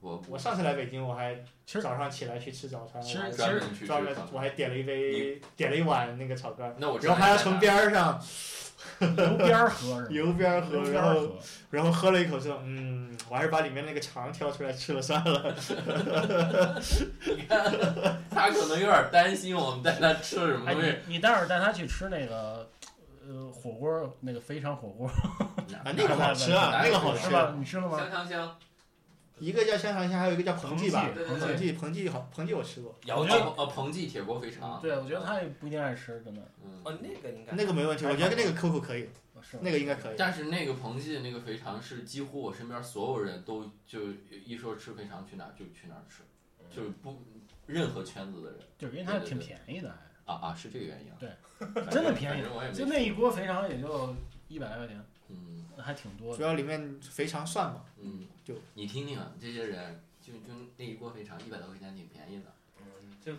S2: 我
S4: 我上次来北京，我还
S3: 其实
S4: 早上起来去吃早餐，
S3: 其实
S4: 我还
S2: 专门去吃
S4: 专门
S2: 炒
S4: 我
S2: 肝。
S4: 还点了一杯，点了一碗那个炒肝，
S2: 那我知
S4: 然
S2: 道
S4: 后还要
S2: 你在
S4: 从
S2: 哪
S4: 边儿上
S3: 油边儿喝是吧？
S4: 油边儿喝，
S3: 油边
S4: 然
S3: 儿
S4: 后
S3: 喝。
S4: 然后喝了一口之后，嗯，我还是把里面那个肠挑出来吃了算了。
S2: 他可能有点担心我们带他吃了什么
S3: 哎
S2: 东西。，
S3: 你你待会儿带他去吃那个呃火锅，那个肥肠火锅
S4: 啊， 那个好吃啊，那个好吃
S3: 是。吧？你吃了 吗
S2: 香？香香，
S4: 一个叫香肠虾，还有一个叫彭记吧。
S2: 对对
S3: 彭
S4: 彭
S3: 记。
S4: 记，彭记好，彭记我吃过，
S1: 姚
S3: 我
S1: 记
S3: 觉得
S2: 哦呃彭记铁锅肥
S4: 啊
S2: 肠。
S3: 对，我觉得他也不一定爱吃，真的
S2: 嗯，
S1: 哦，那个应该
S4: 那个没问题，我觉得那个 Coco 可以，
S3: 是。
S4: 那个应该可以。
S2: 但是那个彭记的那个肥肠是几乎我身边所有人都就一说吃肥肠去哪儿就去哪儿吃，就是不任何圈子的人
S3: 就是因为它
S2: 对对
S3: 挺
S2: 对
S3: 便宜的，
S2: 啊啊是这个原因啊。
S3: 对
S2: 反正，
S3: 真的便
S2: 反
S3: 宜
S2: 正我也没
S3: 就
S2: 吃
S3: 那一锅肥肠也就一百来块钱，
S2: 嗯
S3: 还挺多
S4: 主
S3: 的。
S4: 要里面肥肠蒜嘛，
S2: 嗯，
S4: 就
S2: 你听听啊，这些人就就那一锅肥肠一百多块钱挺便宜的，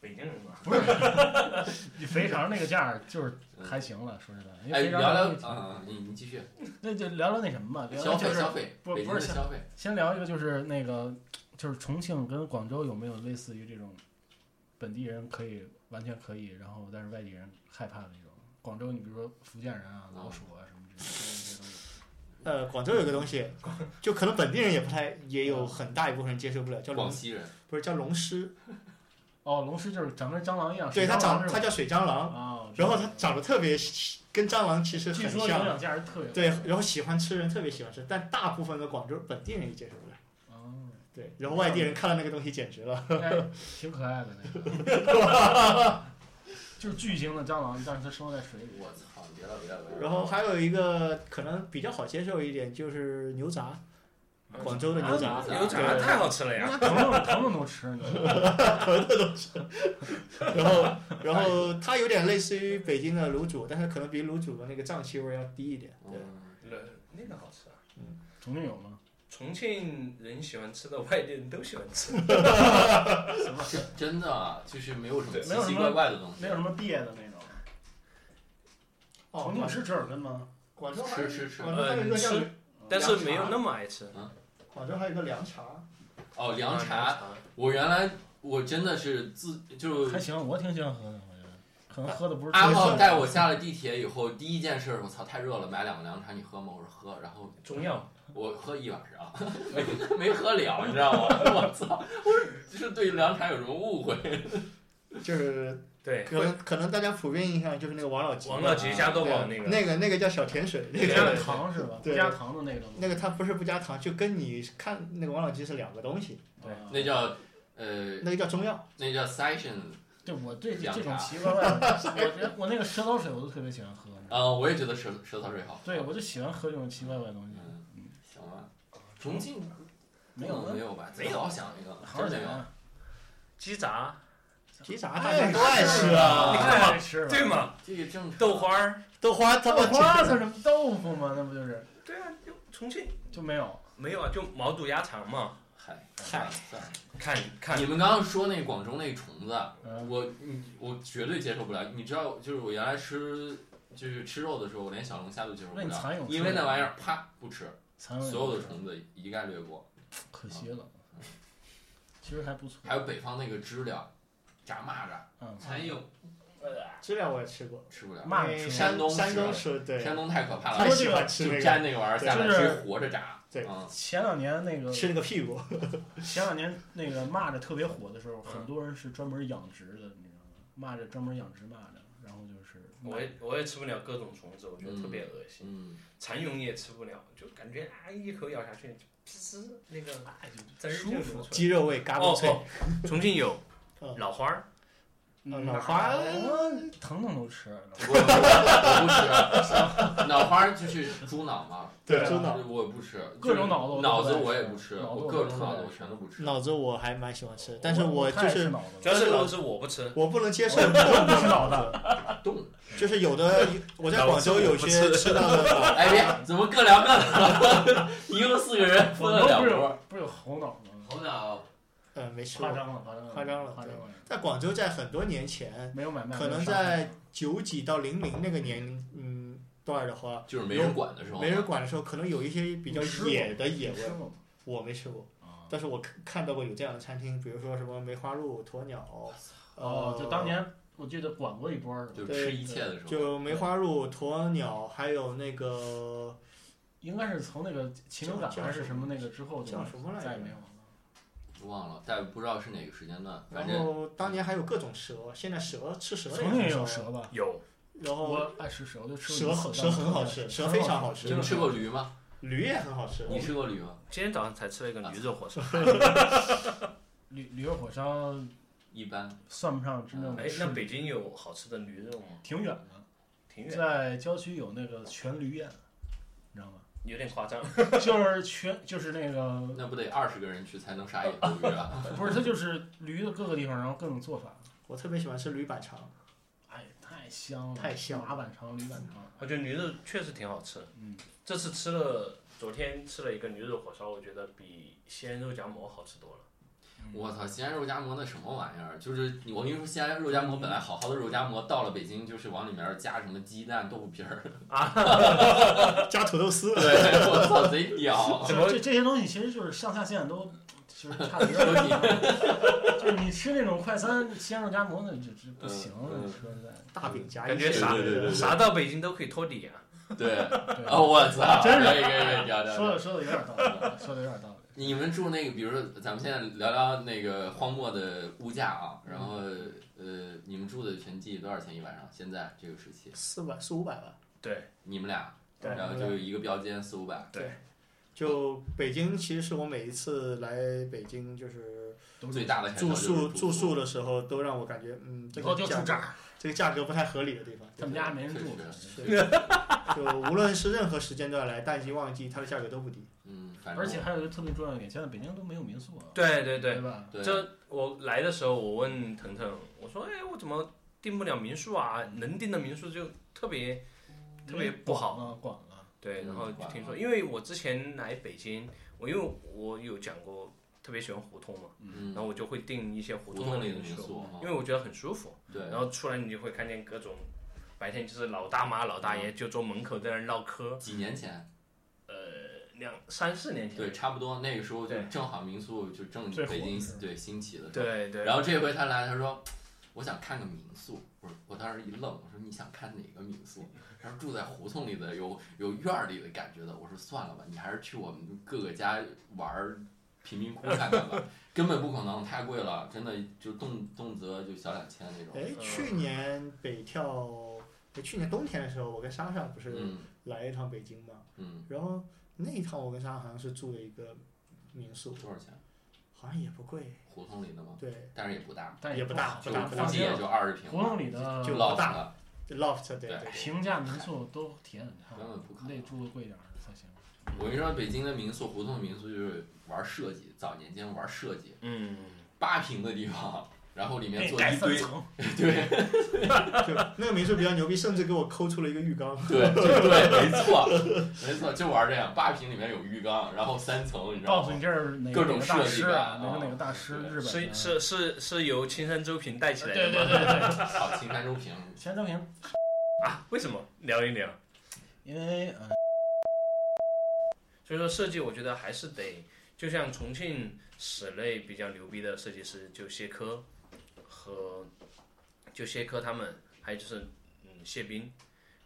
S1: 北京人嘛，
S3: 你肥肠那个价儿就是
S2: 嗯
S3: 还行了，说实在，因
S2: 哎
S3: 为肥
S2: 聊
S3: 肠
S2: 聊啊、你你继续
S3: 那就聊聊那什么吧，聊聊
S2: 消
S3: 就
S2: 费
S3: 是
S2: 消费，
S3: 不
S2: 北京
S3: 不
S2: 的
S3: 是
S2: 消费，
S3: 先聊一个就是那个就是重庆跟广州有没有类似于这种本地人可以完全可以，然后但是外地人害怕的那种。广州你比如说福建人啊、老鼠啊什么之类的这些东西，
S4: 呃，广州有个东西，就可能本地人也不太，也有很大一部分人接受不了，叫
S2: 广
S4: 龙，
S2: 西人
S4: 不是叫龙虱，
S3: 哦，龙虱就是长得跟蟑螂一样，
S4: 对，它长它
S3: 它
S4: 啊叫水蟑螂，
S3: 啊，
S4: 然后它长得特别跟蟑螂其实
S3: 据
S4: 很
S3: 说营
S4: 像，
S3: 养价值特别高
S4: 对，然后喜欢吃人特别喜欢吃，但大部分的广州本地人也接受不了，
S3: 哦，
S4: 对，然后外地人看到那个东西简直了，
S3: 哎挺可爱的那个， 就是巨型的蟑螂，但是它生活在水里。
S2: 我操，别了别了别了。
S4: 然后还有一个可能比较好接受一点就是牛杂，广州的牛杂，
S3: 啊
S1: 牛杂
S4: 对
S1: 太好吃了 呀！
S3: 那腾腾腾腾都吃，你知道吗
S4: 然后，然后它有点类似于北京的卤煮，但是可能比卤煮的那个瘴气味儿要低一点。对，
S2: 嗯
S1: 那那个好吃啊！
S3: 重庆有吗？
S1: 重庆人喜欢吃的，外地人都喜欢吃。
S3: 行吧，
S2: 真真的啊就是没有什么
S1: 对
S2: 奇
S3: 没有什
S2: 奇
S3: 么
S2: 怪怪的东西，
S3: 没有什么别的那种。重庆
S4: 广
S3: 吃折耳根吗？
S4: 广州还
S2: 吃吃吃
S4: 广州还有一个叫
S1: 呃吃但是没有那么爱吃。
S4: 广州还有一个凉茶，
S2: 哦凉茶。
S1: 啊，
S2: 我原来我真的是自就
S3: 还行，我挺喜欢喝的，我觉得可能喝的不是
S2: 阿
S3: 特
S2: 浩
S3: 别
S2: 带我下了地铁以后，第一件事儿我操太热了，买两个凉茶你喝吗？我说喝，然后
S1: 中药
S2: 我喝一晚上， 没没喝了，你知道吗？我操，我说这是对凉茶有什么误会？
S4: 就是
S1: 对，
S4: 可能可能大家普遍印象就是那个王老吉，
S1: 哎王老吉加多宝那
S4: 对
S1: 个，
S4: 啊那个那个叫小甜水，那
S1: 对
S4: 个
S3: 加了糖是吧？
S4: 对
S3: 加糖的那个东西。
S4: 那个它不是不加糖，就跟你看那个王老吉是两个东西，
S3: 对
S2: 那叫呃，
S4: 那个叫中药，
S2: 那叫 session
S3: 对，我对这
S2: 凉
S3: 这种
S2: 茶
S3: 奇怪怪的，我觉得我那个蛇岛水我都特别喜欢喝。
S2: 啊、我也觉得舌舌头水好。
S3: 对，我就喜欢喝这种奇怪怪的东西。
S2: 嗯，行吧。重庆
S3: 没有
S2: 哦没
S3: 问，
S2: 有吧？
S1: 没有
S2: 我好想一个，
S3: 好啊
S2: 真
S3: 几
S2: 没有。
S3: 啊，
S1: 鸡杂，
S4: 鸡杂大家都爱吃
S1: 你
S4: 哎啊，
S1: 看嘛
S3: 太吃了。
S1: 对嘛，
S2: 这个正常。
S1: 豆花儿，
S4: 豆花他
S3: 豆
S4: 妈
S3: 花算什么豆腐吗？那不就是
S1: 对啊，就重庆
S3: 就没有？
S1: 没有啊，就毛肚鸭肠嘛，
S2: 嗨
S4: 嗨
S2: 算了。
S1: 看看
S4: 嗯
S2: 你们刚刚说那广州那虫子，啊
S3: 嗯，
S2: 我你我绝对接受不了。你知道，就是我原来吃就是吃肉的时候，我连小龙虾都接受不
S3: 那你
S2: 了，
S3: 蚕蛹吃
S2: 因为那玩意
S3: 了
S2: 儿啪不吃，
S3: 蚕蛹
S2: 所有的
S3: 吃了
S2: 虫子一概略过。
S3: 可惜了。其实还不错。
S2: 还有北方那个知了，炸蚂蚱，
S3: 嗯，
S2: 蚕蛹
S4: 知了我也吃过，
S2: 吃不了。
S3: 蚂蚱
S4: 因为
S3: 吃
S2: 山东
S4: 山东
S2: 吃
S4: 吃对，
S2: 山东太可怕
S4: 太
S2: 了，
S4: 喜欢吃
S2: 就
S4: 那个，
S2: 沾那个玩意儿下来，
S3: 就
S2: 直
S3: 是
S2: 接活着炸。
S4: 对
S2: 嗯，
S3: 前两年那个
S4: 吃那个屁股，
S3: 前两年那个蚂蚱特别火的时候，
S4: 嗯
S3: 很多人是专门养殖的，你知道吗？蚂蚱专门养殖蚂蚱，然后就是
S1: 我也我也吃不了各种虫子，我觉得特别恶心。
S2: 嗯，
S1: 蚕蛹也吃不了，就感觉啊一口咬下去，就滋滋那个滋儿就
S3: 舒
S1: 流
S3: 服
S1: 出来。
S4: 鸡肉味嘎嘣脆，
S1: 哦重庆有
S4: 嗯
S1: 老花儿，
S4: 嗯脑花
S3: 疼疼都吃。
S2: 我 我不吃，脑花就是猪脑嘛，
S4: 对
S3: 对啊
S4: 猪脑
S2: 我也不吃，就是
S3: 各种脑子我都
S2: 脑子
S3: 不爱
S2: 我也
S3: 吃
S2: 不吃，
S3: 脑子
S2: 我
S3: 我
S2: 各
S3: 都
S2: 种
S3: 特
S2: 脑
S3: 别
S2: 子
S3: 爱
S2: 我全都不吃。
S4: 脑子我还蛮喜欢吃，但是
S3: 我
S4: 就
S3: 太吃
S4: 是
S3: 脑子
S1: 主
S3: 了，
S1: 要是老子我不吃，
S4: 我不能接受
S3: 我，真不吃脑子。
S2: 动，
S4: 就是 有的我在广州有些吃到的，
S2: 哎别，怎么各聊各的？ 一共四个人分
S3: 我
S2: 了
S3: 都
S2: 两
S3: 不是
S2: 波。
S3: 有不是有猴脑吗？
S2: 头脑
S4: 呃，没吃
S3: 夸
S4: 过。
S3: 张了，夸张了，
S4: 夸张了
S3: 夸张了。
S4: 在广州，在很多年前，
S3: 没有买卖，
S4: 可能
S3: 没有上
S4: 在
S3: 市
S4: 九几到零零那个年嗯段的话，
S2: 就是没人管的时候，
S4: 没人管的时候，可能有一些比较哦野的野
S3: 你吃
S4: 味，
S3: 过吗？
S4: 我没吃过，
S3: 啊
S4: 但是我看看到过有这样的餐厅，比如说什么梅花鹿、鸵鸟，
S3: 哦
S4: 呃，，
S3: 就当年我记得管过一波儿的，
S2: 就是吃一切的时候，
S4: 就梅花鹿、鸵鸟，还有那个
S3: 应该是从那个禽流感
S4: 叫
S3: 还是什么那个之后就
S4: 叫什么来
S3: 再也
S4: 着
S3: 没有？了。
S2: 忘了，但不知道是哪个时间段，反
S4: 然
S2: 正
S4: 后当年还有各种蛇，现在蛇吃蛇
S3: 重庆也有
S4: 蛇，
S3: 蛇吧？
S1: 有
S4: 然后
S3: 我爱吃蛇，我就吃
S4: 蛇
S3: 过一
S4: 很
S3: 次
S4: 哦蛇很好吃，蛇非常好
S2: 你
S4: 吃
S2: 们，吃过驴吗？
S4: 驴也很好吃。
S2: 你吃过驴吗？
S1: 今天早上才吃了一个驴肉火烧。
S3: 驴驴肉火烧
S2: 一般，
S3: 算不上真正的
S1: 哎，
S3: 吃
S1: 那
S3: 驴，
S1: 北京有好吃的驴肉吗？
S3: 挺远的，
S1: 挺远，
S3: 在郊区有那个全驴宴，你知道吗？
S1: 有点夸张。
S3: 就是全就是那个
S2: 那不得二十个人去才能啥也不鱼啊？
S3: 不是它就是驴的各个地方，然后各种做法，
S4: 我特别喜欢吃驴板肠，
S3: 哎，太香了，
S4: 太香了
S3: 马板肠、驴板肠，
S1: 我觉得驴肉确实挺好吃。
S3: 嗯，
S1: 这次吃了，昨天吃了一个驴肉火烧，我觉得比西安肉夹馍好吃多了。
S3: 嗯
S2: 我操，西安肉夹馍那什么玩意儿？就是我跟你说，西安肉夹馍本来好好的肉夹馍，到了北京就是往里面加什么鸡蛋、豆腐皮儿，
S4: 加土豆丝
S2: 对，，我操，贼屌！
S1: 怎么
S3: 这这些东西其实就是上下线都就是差点
S2: 说你
S3: 就是你吃那种快餐西安肉夹馍，那就就不行。
S2: 嗯
S3: 你说实在的，
S4: 大饼夹一
S1: 感觉
S4: 切
S1: 啥
S2: 对对对对
S1: 啥到北京都可以托底啊！
S2: 对，
S3: 对
S2: 哦，我操，
S3: 真是
S2: 可以可以可以，屌屌
S3: 说
S2: 屌！
S3: 的说的有点道理，啊说的有点道理。
S2: 你们住那个，比如说，咱们现在聊聊那个荒漠的物价啊，然后呃，你们住的全季多少钱一晚上？现在这个时期，
S4: 四百四五百吧。
S1: 对，
S2: 你们俩，
S4: 对
S2: 然后就一个标间四五百，
S4: 就北京，其实是我每一次来北京，就是
S3: 都
S2: 最大的开销
S4: 住
S2: 就是
S4: 宿
S2: 住
S4: 住宿的时候，都让我感觉，嗯，这
S3: 以
S4: 个
S3: 后就
S4: 价
S3: 住这
S4: 格
S3: 儿，
S4: 这个价格不太合理的地方。
S3: 他们家没人住。
S2: 是
S4: 对就无论是任何时间段来，淡季旺季，它的价格都不低。
S2: 嗯，反正
S3: 而且还有一个特别重要一点，现在北京都没有民宿啊，
S1: 对对
S3: 对
S1: 对，
S3: 吧？
S2: 对
S1: 这我来的时候，我问腾腾，我说：“哎，我怎么订不了民宿啊？能订的民宿就特别特别不好。
S3: 啊，广了。”
S1: 对，
S2: 嗯
S1: 然后就
S2: 管
S1: 听说，
S2: 了
S1: 因为我之前来北京，我因为我有讲过特别喜欢胡同嘛，
S2: 嗯
S1: 然，后我就会订一些胡
S2: 胡
S1: 同
S2: 同
S1: 的
S2: 里的
S1: 民
S2: 民
S1: 宿，
S2: 宿啊
S1: 因，为我觉得很舒服。
S2: 对，
S1: 然后出来你就会看见各种，白天就是老大妈老大爷就坐门口在那儿唠嗑，呃
S2: 几年前，
S1: 两三四年前，
S2: 对，差不多那个时候就
S1: 对
S2: 正好民宿就正
S3: 最火
S2: 北京
S3: 的时候
S2: 对兴起的时候，
S1: 对对，
S2: 然后这回他来，他说我想看个民宿，我我当时一愣，我说你想看哪个民宿？他说住在胡同里的，有有院儿里的感觉的。我说算了吧，你还是去我们各个家玩儿贫民窟看看吧，根本不可能，太贵了，真的就动动辄就小两千那种。嗯
S4: 哎，去年北跳，哎去年冬天的时候，我跟莎莎不是
S2: 嗯
S4: 来一趟北京嘛，
S2: 嗯，
S4: 然后那一趟我跟莎莎好像是住了一个民宿，
S2: 多少钱？
S4: 好像也不贵，
S2: 胡同里的吗？
S4: 对
S2: 但是也不大，
S3: 但
S4: 也不大
S2: 就
S4: 不大
S2: 估
S4: 不大
S2: 计也就二十平。
S3: 胡同里的
S4: 就
S2: 老
S4: 不大
S2: 了，
S4: ，loft 对
S2: 对
S4: 对对，
S3: 平价民宿都体验很差
S2: 根，本不可
S3: 得
S2: 能。
S3: 住贵点儿才行。
S2: 我跟你说，北京的民宿，胡同民宿就是玩设计，早年间玩设计，
S1: 嗯，
S2: 八平的地方，然后里面
S3: 哎
S2: 做
S3: 盖
S2: 一
S3: 三
S2: 堆，
S3: 层，
S2: 对
S4: 就那个民宿比较牛逼，甚至给我抠出了一个浴缸，
S2: 对对，没错没错，就玩这样，八平里面有浴缸，然后三层，你知
S3: 告
S2: 道
S3: 诉
S2: 吗
S3: 你？这是哪
S2: 各
S3: 个
S2: 种
S3: 哪个大
S2: 设计
S3: 师啊
S2: 感，
S3: 哪
S2: 啊
S3: 个哪个大师，
S2: 对
S3: 日本
S1: 是
S3: 的。
S1: 是是是由青山周平带起来
S3: 对
S1: 的吗？
S3: 对对 对，
S2: 好，青山周平，
S3: 钱正平，
S1: 啊，为什么？聊一聊。
S3: 因为呃
S1: 所以说设计，我觉得还是得，就像重庆室内比较牛逼的设计师，就谢科和就谢科他们，还有就是嗯谢斌，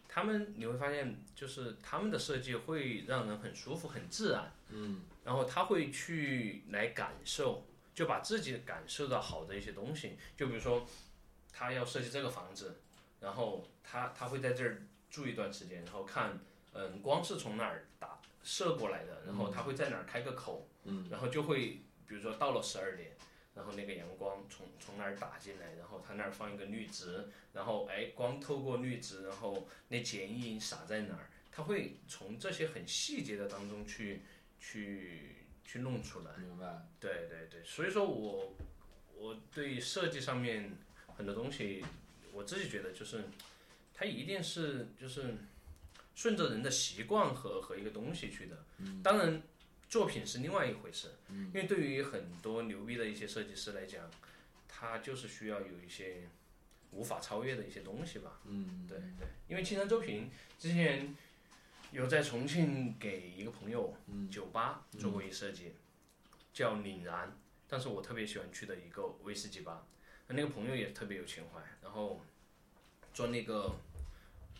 S1: 他们你会发现，就是他们的设计会让人很舒服、很自然，
S2: 嗯
S1: 然后他会去来感受，就把自己感受到好的一些东西，就比如说他要设计这个房子，然后他他会在这儿住一段时间，然后看，嗯，光是从哪儿打射过来的，然后他会在哪儿开个口，
S2: 嗯
S1: 然后就会比如说到了十二点。然后那个阳光从从哪儿打进来，然后他那儿放一个绿植，然后哎光透过绿植，然后那剪影洒在哪儿，他会从这些很细节的当中去去去弄出来。
S2: 明白。
S1: 对对对，所以说我我对设计上面很多东西，我自己觉得就是它一定是就是顺着人的习惯和和一个东西去的。当然，作品是另外一回事，因为对于很多牛逼的一些设计师来讲，他就是需要有一些无法超越的一些东西吧。
S2: 嗯，
S1: 对对，因为青山周平之前有在重庆给一个朋友酒吧做过一设计，叫凛然，但是我特别喜欢去的一个威士忌吧，那个朋友也特别有情怀，然后做那个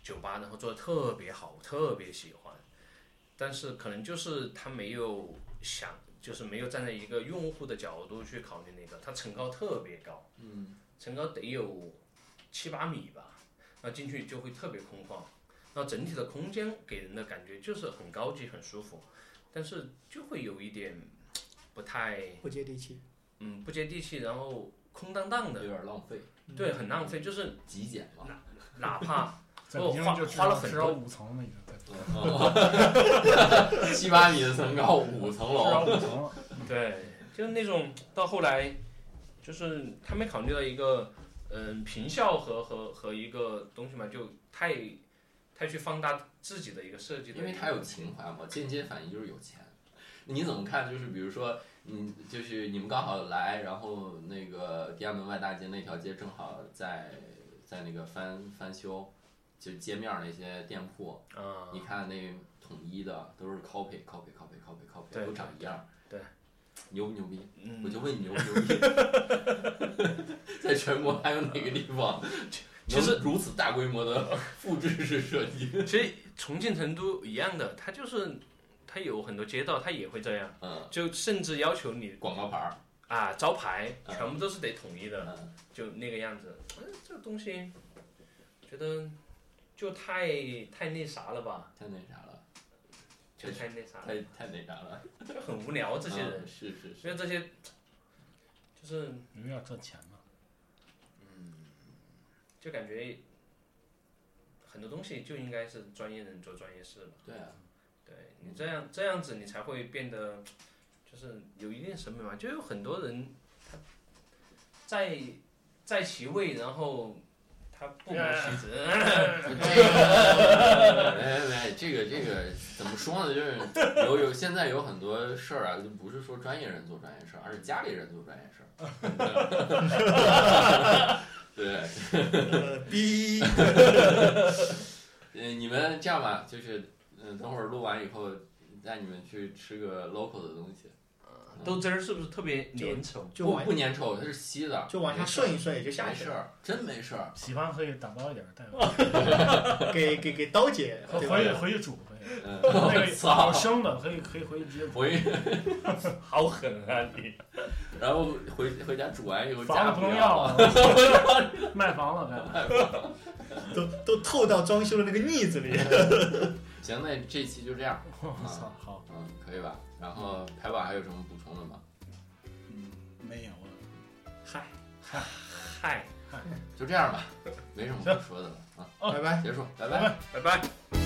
S1: 酒吧，然后做的特别好，特别喜欢，但是可能就是他没有想。就是没有站在一个用户的角度去考虑那个，它层高特别高，嗯，层高得有七八米吧，那进去就会特别空旷，那整体的空间给人的感觉就是很高级、很舒服，但是就会有一点不太
S4: 不接地气。
S1: 嗯不接地气，然后空荡荡
S2: 有
S1: 的，
S2: 点浪费，
S1: 对，很浪费。就是
S2: 极简嘛。
S1: 哪 怕
S3: 在
S1: 我
S3: 北京
S1: 花
S3: 就至
S1: 花了
S3: 少
S1: 很
S3: 至少
S1: 多
S3: 五层了已经，对
S2: 嗯七八米的层高，五层
S3: 至 少
S2: 楼。
S3: 五层了。
S1: 对，就是那种到后来，就是他没考虑到一个嗯平效和和和一个东西嘛，就太太去放大自己的一个设计的一
S2: 因
S1: 个，
S2: 为他有情怀嘛，间接反应就是有钱。你怎么看？就是比如说，嗯，就是你们刚好来，然后那个地下门外大街那条街正好在在那个翻翻修，就街面儿那些店铺，
S1: 啊、
S2: 你看那统一的都是 copy copy copy copy copy，
S1: 对
S2: 都长一样。
S1: 对，
S2: 牛不牛逼？
S1: 嗯
S2: 我就问你牛不牛逼？ 在全国还有哪个地方
S1: 其实
S2: 能如此大规模的复制式设计？
S1: 其实重庆、成都一样的，它就是它有很多街道，它也会这样，
S2: 嗯，
S1: 就甚至要求你
S2: 广告牌儿，
S1: 啊招牌
S2: 嗯
S1: 全部都是得统一的，
S2: 嗯，
S1: 就那个样子。哎，这个东西觉得就太太那啥了吧，
S2: 太那啥了，
S1: 就太啊那啥了，
S2: 太太那啥了。
S1: 就很无聊这些人
S2: 嗯，是是是，
S1: 所以这些就是
S3: 因为要赚钱嘛，
S1: 就感觉很多东西就应该是专业人做专业事吧。
S2: 对啊，
S1: 对你这样这样子，你才会变得就是有一定审美嘛。就有很多人他在在其位，然后他不谋其职。
S2: 哎哎，这个这个怎么说呢？就是有有现在有很多事儿啊，就不是说专业人做专业事儿，而是家里人做专业事儿。 对，
S4: 呃，逼，
S2: 呃，你们呃这样吧，就是嗯、等会儿录完以后带你们去吃个 local 的东西，
S1: 豆汁儿是不是特别粘稠？
S4: 就
S2: 不
S4: 往
S2: 不粘稠，它是稀的，
S4: 就往下
S2: 没事儿
S4: 顺一顺也就下
S2: 没
S4: 去
S2: 事
S4: 了，
S2: 儿，真没事儿。
S3: 喜欢可以打包一点儿带回
S4: 给给给刀姐，
S3: 去，
S4: 对
S3: 回去
S4: 吧？
S3: 回去煮可以。
S2: 嗯，
S3: 那
S2: 我
S3: 个好
S2: 操！
S3: 生的可以可以回去直接煮，
S2: 回，
S1: 好狠啊你！
S2: 然后回回家煮完以后，
S3: 房
S2: 家
S3: 子不能
S2: 要
S3: 要了，卖房了该。
S4: 都都透到装修的那个腻子里。
S2: 行，那这期就这样，
S3: 我操，好，
S2: 嗯，可以吧？然后排版还有什么补充的吗？
S3: 嗯，没有了。
S4: 嗨，
S1: 嗨，
S2: 就这样吧，没什么可说的了啊，
S4: 拜拜。
S2: 结束，拜
S3: 拜
S2: 拜
S1: 拜
S3: 拜。
S1: 拜。